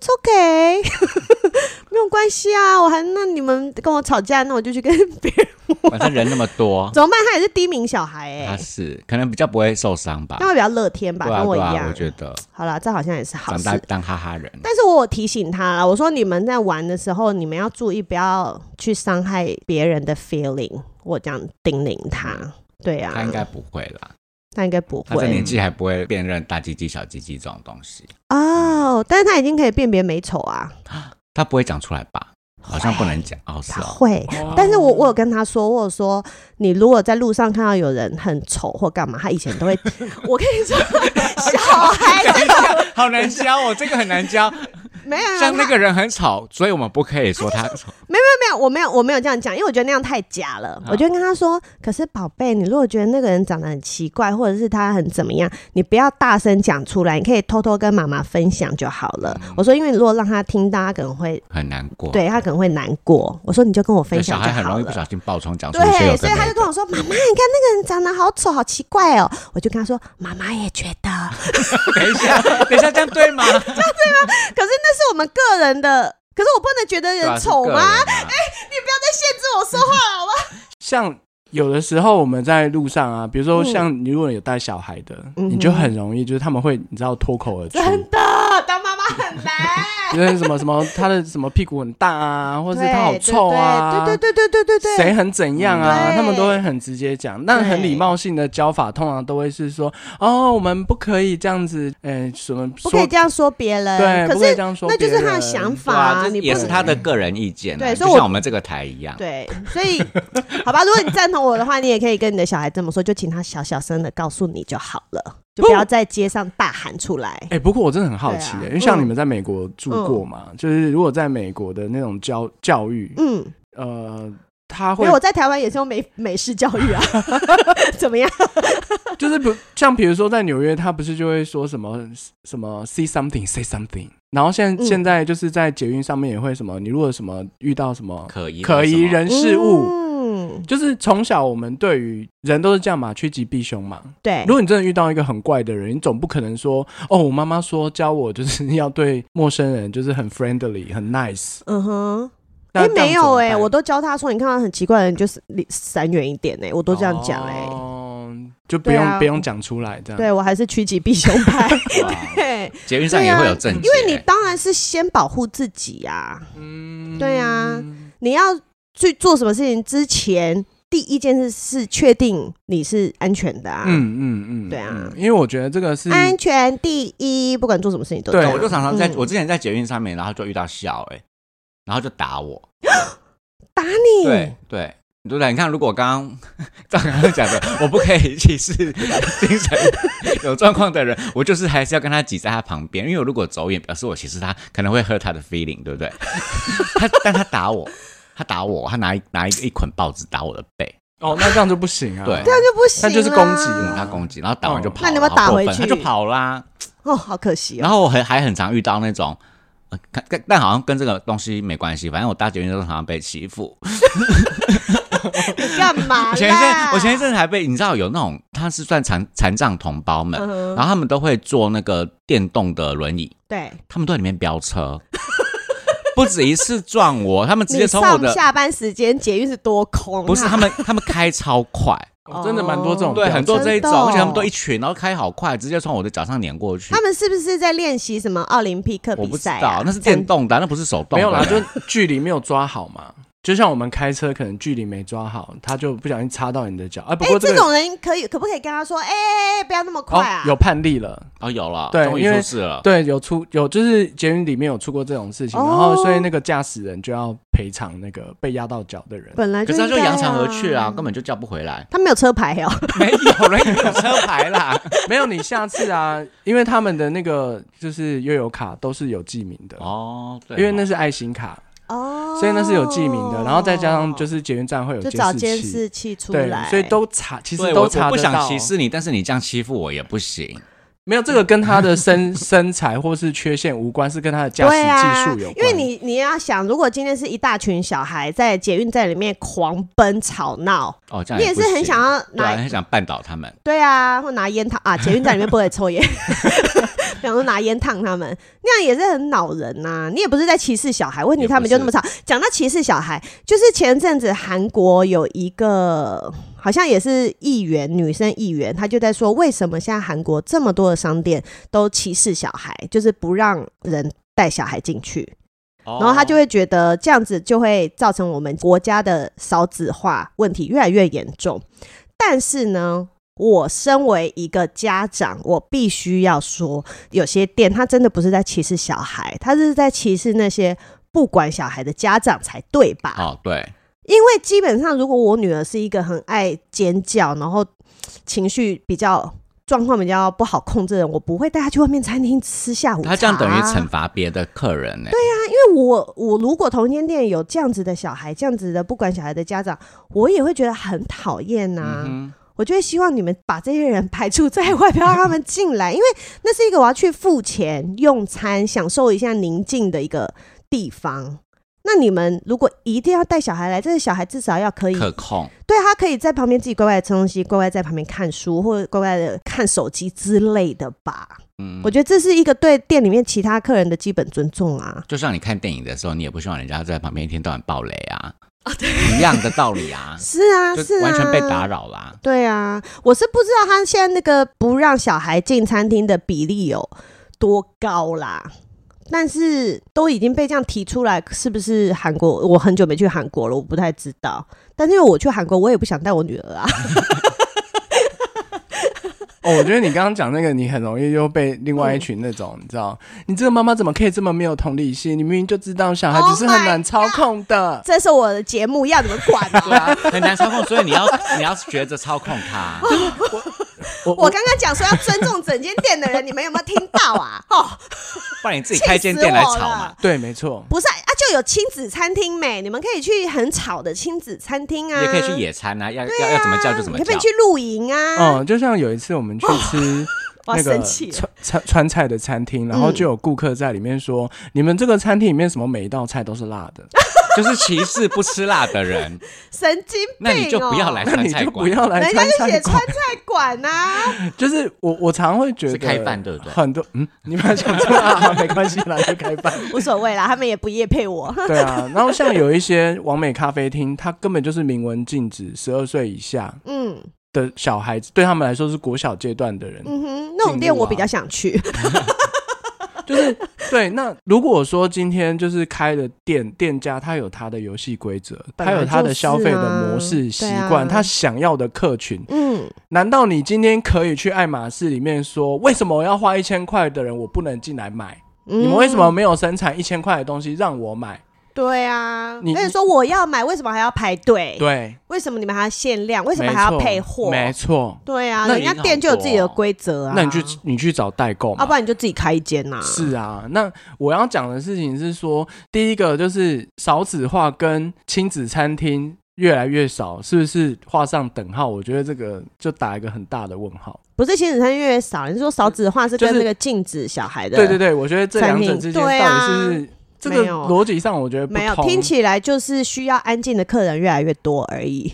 Speaker 1: ，it's okay，没啊有关系啊，我还那你们跟我吵架，那我就去跟别人，
Speaker 2: 反正人那么多
Speaker 1: 怎么办？他也是低敏小孩哎、
Speaker 2: 他是可能比较不会受伤吧
Speaker 1: 那？会比较乐天吧，
Speaker 2: 对啊，
Speaker 1: 跟我一
Speaker 2: 对
Speaker 1: 样。
Speaker 2: 啊，我觉得
Speaker 1: 好啦，这好像也是好
Speaker 2: 长
Speaker 1: 事
Speaker 2: 大。当哈哈人，啊
Speaker 1: 但是我有提醒他了，我说你们在玩的时候，你们要注意不要去伤害别人的 feeling。我这样叮咛他，对啊，
Speaker 2: 嗯他应该不会啦。
Speaker 1: 他应该不
Speaker 2: 他这
Speaker 1: 会
Speaker 2: 年纪还不会辨认大鸡鸡、小鸡鸡这种东西，
Speaker 1: 哦，但是他已经可以辨别美丑啊，
Speaker 2: 他不会讲出来吧？好像不能讲哦，是
Speaker 1: 他
Speaker 2: 哦。
Speaker 1: 会。
Speaker 3: 哦
Speaker 1: 但是我我有跟他说，我有说你如果在路上看到有人很丑或干嘛，他以前都 会，我跟你说，小孩
Speaker 2: 等
Speaker 1: 真
Speaker 2: 一下，好难 教哦，这个很难教。
Speaker 1: 没有没有
Speaker 2: 像那
Speaker 1: 他
Speaker 2: 个人很吵，所以我们不可以说他吵。
Speaker 1: 没有，我没有，我没有这样讲，因为我觉得那样太假了。
Speaker 2: 啊
Speaker 1: 我就跟他说，可是宝贝，你如果觉得那个人长得很奇怪，或者是他很怎么样，你不要大声讲出来，你可以偷偷跟妈妈分享就好了。
Speaker 2: 嗯
Speaker 1: 我说，因为如果让他听到，他可能会
Speaker 2: 很难过。
Speaker 1: 对他可能会难过。我说，你就跟我分
Speaker 2: 对，小
Speaker 1: 享就
Speaker 2: 孩很
Speaker 1: 好
Speaker 2: 容易
Speaker 1: 了
Speaker 2: 不。小心爆冲，讲出一些有
Speaker 1: 对，
Speaker 2: 的
Speaker 1: 所以他
Speaker 2: 没
Speaker 1: 就跟我
Speaker 2: 的。
Speaker 1: 说：“妈妈，你看那个人长得好丑，好奇怪哦。”我就跟他说：“妈妈也觉得，
Speaker 2: 等一 下，等一下，这样对吗？
Speaker 1: 可是那是我们个人的，可是我不能觉得
Speaker 2: 对啊
Speaker 1: 人
Speaker 2: 是
Speaker 1: 丑
Speaker 2: 个
Speaker 1: 吗？哎
Speaker 2: 人啊
Speaker 1: 你不要再限制我说话了，好吗
Speaker 3: 像有的时候我们在路上啊，比如说像你如果有带小孩的，
Speaker 1: 嗯嗯哼
Speaker 3: 你就很容易就是他们会你知道脱口而？”出。
Speaker 1: 真的，当妈妈很难。
Speaker 3: 就是什么什么， 他的什么屁股很大啊，或是他好臭啊，
Speaker 1: 对对对对对对对
Speaker 3: 谁
Speaker 1: 对，
Speaker 3: 很怎样啊，
Speaker 1: 对
Speaker 3: 他们都会很直接讲。那很礼貌性的教法，通常都会是说，哦，我们不可以这样子，呃，什么
Speaker 1: 不
Speaker 3: 说
Speaker 1: 可以这样说别人。
Speaker 3: 对，
Speaker 1: 可
Speaker 3: 不可以
Speaker 1: 是
Speaker 3: 这样说
Speaker 1: 那
Speaker 3: 别
Speaker 1: 就
Speaker 3: 人，
Speaker 1: 是他的想法
Speaker 2: 对啊，
Speaker 1: 啊，
Speaker 2: 这
Speaker 1: 你不
Speaker 2: 也是
Speaker 1: 能
Speaker 2: 他的个人意见啊。
Speaker 1: 对所
Speaker 2: 就
Speaker 1: 以我
Speaker 2: 像我们这个台一样。
Speaker 1: 对，所以好吧，如果你赞同我的话，你也可以跟你的小孩这么说，就请他小小声的告诉你就好了，就不要在街上大喊出来。
Speaker 3: 哎、不过我真的很好奇、
Speaker 1: 对啊
Speaker 3: 因为像你们在美国住
Speaker 1: 嗯
Speaker 3: 过嘛，就是如果在美国的那种教教育，
Speaker 1: 嗯，
Speaker 3: 呃，他
Speaker 1: 因
Speaker 3: 会
Speaker 1: 为我在台湾也是用美美式教 育啊，怎么样？
Speaker 3: 就是不像比如说在纽约，他不是就会说什么什么 see something say something，然后现在、
Speaker 1: 嗯
Speaker 3: 现在就是在捷运上面也会什么，你如果什么遇到什么
Speaker 2: 可疑
Speaker 3: 可疑人事物，
Speaker 1: 嗯嗯，
Speaker 3: 就是从小我们对于人都是这样嘛，趋吉避凶嘛。
Speaker 1: 对
Speaker 3: 如，果你真的遇到一个很怪的人，你总不可能说哦，我妈妈说教我就是 要对陌生人就是很 friendly 很 nice。
Speaker 1: 嗯哼。
Speaker 3: 那
Speaker 1: 哎，
Speaker 3: 这样
Speaker 1: 没有
Speaker 3: 怎么
Speaker 1: 哎、
Speaker 3: 办
Speaker 1: 我都教他说，你看到很奇怪的人，你就是离闪远一点哎、我都这样讲哎、
Speaker 3: 哦，就不用、
Speaker 1: 对啊
Speaker 3: 不用讲出来这样。
Speaker 1: 对我啊还是趋吉避凶派， 对，
Speaker 2: 哦捷运上
Speaker 1: 对
Speaker 2: 也
Speaker 1: 啊
Speaker 2: 会有哎正 解，
Speaker 1: 因为你当然是先保护自己呀、
Speaker 3: 嗯
Speaker 1: 对啊你要去做什么事情之前，第一件事是确定你是安全的啊，
Speaker 3: 嗯嗯嗯，
Speaker 1: 对啊
Speaker 3: 嗯因为我觉得这个是
Speaker 1: 安全第一，不管做什么事情都这
Speaker 3: 对
Speaker 1: 样
Speaker 2: 我就常常在、
Speaker 1: 嗯
Speaker 2: 我之前在捷运上面，然后就遇到笑哎、然后就打我，
Speaker 1: 打你，
Speaker 2: 对对。对不对？你看，如果刚 刚照刚刚讲的， 我不可以歧视精神有状况的人，我就是还是要跟他挤在他旁边，因为我如果走远，表示我歧视他，可能会 hurt 他的 feeling，对不 对？他但他打我，他打我，他拿一拿一一捆报纸打我的背，
Speaker 3: 哦，那这样就不行啊。
Speaker 2: 对
Speaker 1: 这样就不行啦，
Speaker 3: 那就是攻击了
Speaker 2: 嗯他攻击，然后打完就
Speaker 3: 哦
Speaker 2: 跑
Speaker 1: 那
Speaker 2: 了，
Speaker 1: 你有没有
Speaker 2: 好
Speaker 1: 打
Speaker 2: 过
Speaker 1: 回
Speaker 2: 分
Speaker 1: 去
Speaker 2: 他就跑啦。
Speaker 1: 哦，好可惜哦，
Speaker 2: 然后我很还很常遇到那种，呃，看看但好像跟这个东西没关系，反正我搭捷运的时候常常被欺负。
Speaker 1: 你 干嘛
Speaker 2: 我
Speaker 1: 啦？
Speaker 2: 前一阵我前一阵还被你知道有那种他是算残残障同胞们，
Speaker 1: 嗯哼
Speaker 2: 然后他们都会坐那个电动的轮椅，
Speaker 1: 对，
Speaker 2: 他们都在里面飙车。不止一次撞我，他们直接
Speaker 1: 你
Speaker 2: 从我
Speaker 1: 上
Speaker 2: 的
Speaker 1: 下班时间捷运是多空啊，
Speaker 2: 不是他们，他们开超快，
Speaker 3: 哦真的蛮多这种
Speaker 1: 哦
Speaker 2: 对，很多这一
Speaker 1: 真
Speaker 2: 种，
Speaker 1: 的哦
Speaker 2: 而且他们都一群，然后开好快，直接从我的脚上碾过去
Speaker 1: 他。们是不是在练习什么奥林匹克
Speaker 2: 我
Speaker 1: 比
Speaker 2: 不知
Speaker 1: 赛、啊？
Speaker 2: 道，那是电动的，那不是手动的。
Speaker 3: 没有啦，就距离没有抓好嘛。就像我们开车，可能距离没抓好，他就不小心插到你的脚。啊，不
Speaker 1: 哎、
Speaker 3: 过
Speaker 1: 这
Speaker 3: 个、
Speaker 1: 种人可以可不可以跟他说，哎、哎哎不要那么快啊？
Speaker 3: 哦，有判例了。
Speaker 2: 哦有了，
Speaker 3: 对
Speaker 2: 终于
Speaker 3: 因为
Speaker 2: 出事了。
Speaker 3: 对，有出有就是捷运里面有出过这种事情，
Speaker 1: 哦
Speaker 3: 然后所以那个驾驶人就要赔偿那个被压到脚 的人。
Speaker 1: 本来
Speaker 2: 可是他就
Speaker 1: 应该。
Speaker 2: 扬长而去啊，，根本就叫不回来
Speaker 1: 嗯 他没有车牌哦，
Speaker 2: 没有人有车牌啦。
Speaker 3: 没有你下次啊，因为他们的那个就是悠游卡都是有记名的，
Speaker 2: 哦，对哦，
Speaker 3: 因为那是爱心卡，
Speaker 1: 哦，
Speaker 3: 所以那是有记名的。然后再加上就是捷运站会有
Speaker 1: 就找监
Speaker 3: 监视器，
Speaker 1: 视器出
Speaker 3: 对
Speaker 1: 来，，
Speaker 3: 所以都查，其
Speaker 2: 对
Speaker 3: 实
Speaker 2: 我
Speaker 3: 都
Speaker 2: 我
Speaker 3: 查
Speaker 2: 不
Speaker 3: 得到。哦
Speaker 2: 想歧视你，但是你这样欺负我也不行。
Speaker 3: 没有这个跟他的身身材或是缺陷无关，是跟他的驾驶
Speaker 1: 对
Speaker 3: 技
Speaker 1: 啊
Speaker 3: 术有关。，
Speaker 1: 因为你你要想，如果今天是一大群小孩在捷运站里面狂奔吵闹，
Speaker 2: 哦，这样
Speaker 1: 你也
Speaker 2: 不
Speaker 1: 是
Speaker 2: 行
Speaker 1: 很想要
Speaker 2: 对啊，
Speaker 1: 拿
Speaker 2: 很想绊倒他们。
Speaker 1: 对啊，或拿烟烫啊，捷运站里面不可以抽烟， 比方说拿烟烫他们，那样也是很恼人呐、你也不是在歧视小孩，问题
Speaker 2: 也不
Speaker 1: 他们就那么
Speaker 2: 是
Speaker 1: 吵。讲到歧视小孩，就是前阵子韩国有一个好像也是议员，女生议员，她就在说，为什么现在韩国这么多的商店都歧视小孩，就是不让人带小孩进去。
Speaker 2: 然
Speaker 3: 哦
Speaker 1: 然后他就会觉得这样子就会造成我们国家的少子化问题越来越严重。但是呢，我身为一个家长，我必须要说，有些店他真的不是在歧视小孩，他是在歧视那些不管小孩的家长才对吧？
Speaker 2: 哦，对，
Speaker 1: 因为基本上，如果我女儿是一个很爱尖叫，然后情绪比较。状况比较不好控制的人，我不会带她去外面餐厅吃下午茶啊。
Speaker 2: 他这样等于惩罚别的客人呢。对
Speaker 1: 因为我我如果同一间店有这样子的小孩，这样子的不管小孩的家长，我也会觉得很讨厌呐、我就会希望你们把这些人排除在外，不要让他们进来，因为那是一个我要去付钱用餐、享受一下宁静的一个地方。那你们如果一定要带小孩来，这个小孩至少要可以
Speaker 2: 可控。
Speaker 1: 对他可以在旁边自己乖乖的吃东西，乖乖在旁边看书，或者乖乖的看手机之类的吧。
Speaker 2: 嗯
Speaker 1: 我，觉得这是一个对店里面其他客人的基本尊重啊。，
Speaker 2: 就像你看电影的时候，你也不希望人家在旁边一天到晚暴雷啊，一样的道理啊
Speaker 1: 是啊，哦是
Speaker 2: 就
Speaker 1: 啊，
Speaker 2: 完全被打。扰啦。
Speaker 1: 对啊，我是不知道他现在那个不让小孩进餐厅的比例有多高啦。但是都已经被这样提出来，是不是韩国？我很久没去韩国了，我不太知道。但是因为我去韩国，我也不想带我女儿啊。
Speaker 3: 哦，我觉得你刚刚讲那个，你很容易又被另
Speaker 1: 嗯
Speaker 3: 外一群那种，你知道，你这个妈妈怎么可以这么没有同理心？你明明就知道小孩
Speaker 1: Oh
Speaker 3: 子是很难操控的。
Speaker 1: 这是我的节目，要你们管啊！
Speaker 2: 对啊， 很难操控，所以 你要你要学着操控它。
Speaker 1: 我刚刚讲说要尊重整间店的人，你们有没有听到啊？哦，
Speaker 2: 不然你自己
Speaker 1: 气
Speaker 2: 开间
Speaker 1: 死
Speaker 2: 店来
Speaker 1: 我
Speaker 2: 炒
Speaker 1: 了
Speaker 2: 嘛。
Speaker 3: 对，没错，
Speaker 1: 不是啊，啊就有亲子餐厅没？你们可以去很吵的亲子餐厅啊，
Speaker 2: 也可以去野餐啊，要、要要怎么叫就怎么
Speaker 1: 你可不可
Speaker 2: 叫
Speaker 1: 以。去露营啊？
Speaker 3: 嗯，就像有一次我们去 吃
Speaker 1: 我要
Speaker 3: 那个
Speaker 1: 生气了。嗯
Speaker 3: 川川川菜的餐厅，然后就有顾客在里面说，你们这个餐厅里面什么每一道菜都是辣的。
Speaker 2: 就是歧视不吃辣的人，
Speaker 1: 神经病、哦！
Speaker 2: 那你就不要来
Speaker 3: 那
Speaker 2: 川
Speaker 3: 你
Speaker 2: 菜
Speaker 3: 就不
Speaker 2: 馆。
Speaker 3: 要来
Speaker 1: 人家
Speaker 3: 川
Speaker 1: 就
Speaker 3: 菜
Speaker 1: 写川
Speaker 3: 馆。
Speaker 1: 菜馆啊呐、
Speaker 3: 就是我，我常会觉得
Speaker 2: 是开饭对不对
Speaker 3: 很多 嗯，你们想说啊，没关系啦，就开 饭。
Speaker 1: 无所谓啦，他们也不夜配我。
Speaker 3: 对啊，然后像有一些完美咖啡厅，它根本就是明文禁止十二岁以下
Speaker 1: 嗯
Speaker 3: 的小孩子，对他们来说是国小阶段的人。
Speaker 1: 嗯哼，那种店我比较想去。
Speaker 3: 啊就是对。那如果说今天就是开了店，店家他有他的游戏规则，
Speaker 1: 本
Speaker 3: 他
Speaker 1: 来
Speaker 3: 有他的消费的模
Speaker 1: 就是
Speaker 3: 式
Speaker 1: 啊对
Speaker 3: 习
Speaker 1: 啊
Speaker 3: 惯，他想要的客群，
Speaker 1: 嗯，
Speaker 3: 难道你今天可以去爱马仕里面说，为什么我要花一千块的人我不能进来买？
Speaker 1: 你
Speaker 3: 你们为什么？没有生产一千块的东西让我买？
Speaker 1: 对啊，
Speaker 3: 你
Speaker 1: 而且说我要买，为什么还要排队？
Speaker 3: 对，
Speaker 1: 为什么你们还要限量？哎为什么
Speaker 3: 没
Speaker 1: 还要
Speaker 3: 错
Speaker 1: 配货？
Speaker 3: 没错，
Speaker 1: 对啊，
Speaker 2: 那
Speaker 1: 人家
Speaker 2: 你
Speaker 1: 店就有自己的
Speaker 2: 好多哦
Speaker 1: 规则啊。啊
Speaker 3: 那你去你去找代购嘛
Speaker 1: 要不然你就自己开一间呐、
Speaker 3: 是啊，那我要讲的事情是说，第一个就是少子化跟亲子餐厅越来越少，是不是画上等号？我觉得这个就打一个很大的问号。
Speaker 1: 不是亲子餐厅越来越少，你说少子化是
Speaker 3: 就
Speaker 1: 跟
Speaker 3: 是
Speaker 1: 那个禁止小孩的？
Speaker 3: 对对对，我觉得这两
Speaker 1: 餐
Speaker 3: 者
Speaker 1: 厅
Speaker 3: 之间
Speaker 1: 对
Speaker 3: 到底是不
Speaker 1: 啊
Speaker 3: 是这个
Speaker 1: 没有
Speaker 3: 逻辑上，我觉得不
Speaker 1: 没有，
Speaker 3: 通
Speaker 1: 听起来就是需要安静的客人越来越多而已，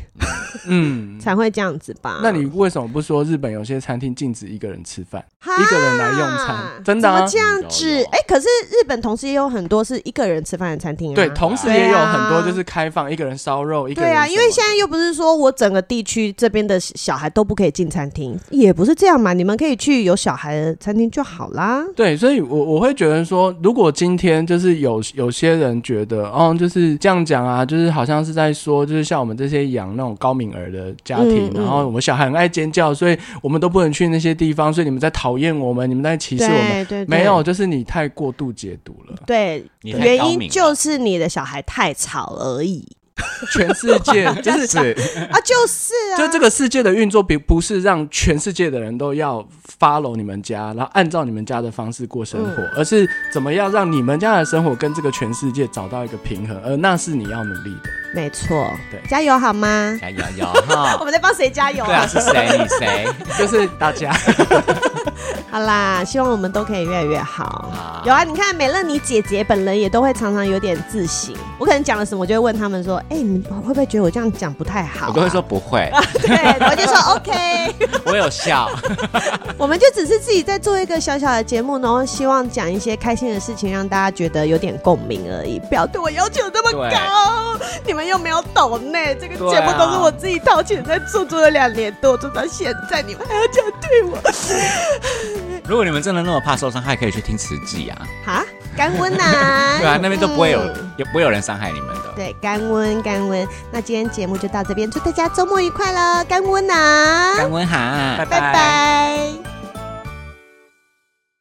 Speaker 3: 嗯。
Speaker 1: 才会这样子吧？
Speaker 3: 那你为什么不说日本有些餐厅禁止一个人吃饭？
Speaker 1: 哈
Speaker 3: 一个人来用餐真的啊
Speaker 1: 啊怎么这样
Speaker 2: 有
Speaker 1: 子
Speaker 2: 有？
Speaker 1: 哎、可是日本同时也有很多是一个人吃饭的餐厅啊。
Speaker 3: 对，同时
Speaker 1: 对
Speaker 3: 也有
Speaker 1: 啊
Speaker 3: 很多就是开放一个人烧肉，一个
Speaker 1: 对
Speaker 3: 人
Speaker 1: 啊，
Speaker 3: 什
Speaker 1: 因为
Speaker 3: 么
Speaker 1: 现在又不是说我整个地区这边的小孩都不可以进餐厅，也不是这样嘛。你们可以去有小孩的餐厅就好啦。
Speaker 3: 对，所以我，我会觉得说，如果今天就是有有些人觉得，哦，就是这样讲啊，就是好像是在说，就是像我们这些养那种高敏儿的家庭，
Speaker 1: 嗯嗯
Speaker 3: 然后我们小孩很爱尖叫，所以我们都不能去那些地方，所以你们在讨厌我们，你们在歧视我们，
Speaker 1: 对对，对
Speaker 3: 没有，。就是你太过度解读 了。
Speaker 1: 对，
Speaker 2: 你太
Speaker 1: 原
Speaker 2: 高
Speaker 1: 因
Speaker 2: 明
Speaker 1: 就
Speaker 2: 了
Speaker 1: 是你的小孩太吵而已
Speaker 3: 全世界就是
Speaker 2: 是
Speaker 1: 啊，就是啊，
Speaker 3: 就这个世界的运作，并不是让全世界的人都要 follow 你们家，然后按照你们家的方式过生活，而是怎么样让你们家的生活跟这个全世界找到一个平衡，而那是你要努力的。
Speaker 1: 没错，
Speaker 3: 对
Speaker 1: 加油好吗？
Speaker 2: 加油油哎哈
Speaker 1: 我！们在帮谁加油
Speaker 2: 对啊，
Speaker 1: 啊？
Speaker 2: 是谁？你谁？
Speaker 3: 就是大家
Speaker 1: 好啦，希望我们都可以越来越好。
Speaker 2: 好
Speaker 1: 有啊，你看美乐妮姐姐本人也都会常常有点自省，我可能讲了什么，我就会问他们说：“哎、你们会不会觉得我这样讲不太好、啊
Speaker 2: 我都会说，不会，
Speaker 1: 对，我就说 OK，
Speaker 2: 我有笑。
Speaker 1: 我们就只是自己在做一个小小的节目，然后希望讲一些开心的事情，让大家觉得有点共鸣而已，不要对我要求那么高。你们又没有抖内，这个
Speaker 2: 对啊
Speaker 1: 节目都是我自己掏钱在做，做了两年多，做到现在，你们还要这样对我？
Speaker 2: 如果你们真的那么怕受伤害，可以去听慈济啊，
Speaker 1: 哈，干温呐、
Speaker 2: 对啊，那边都不会有
Speaker 1: 嗯，
Speaker 2: 也不会有人伤害你们的。
Speaker 1: 对，干温干温。那今天节目就到这边，祝大家周末愉快啦，干温呐、
Speaker 2: 感恩哈，
Speaker 1: 啊拜拜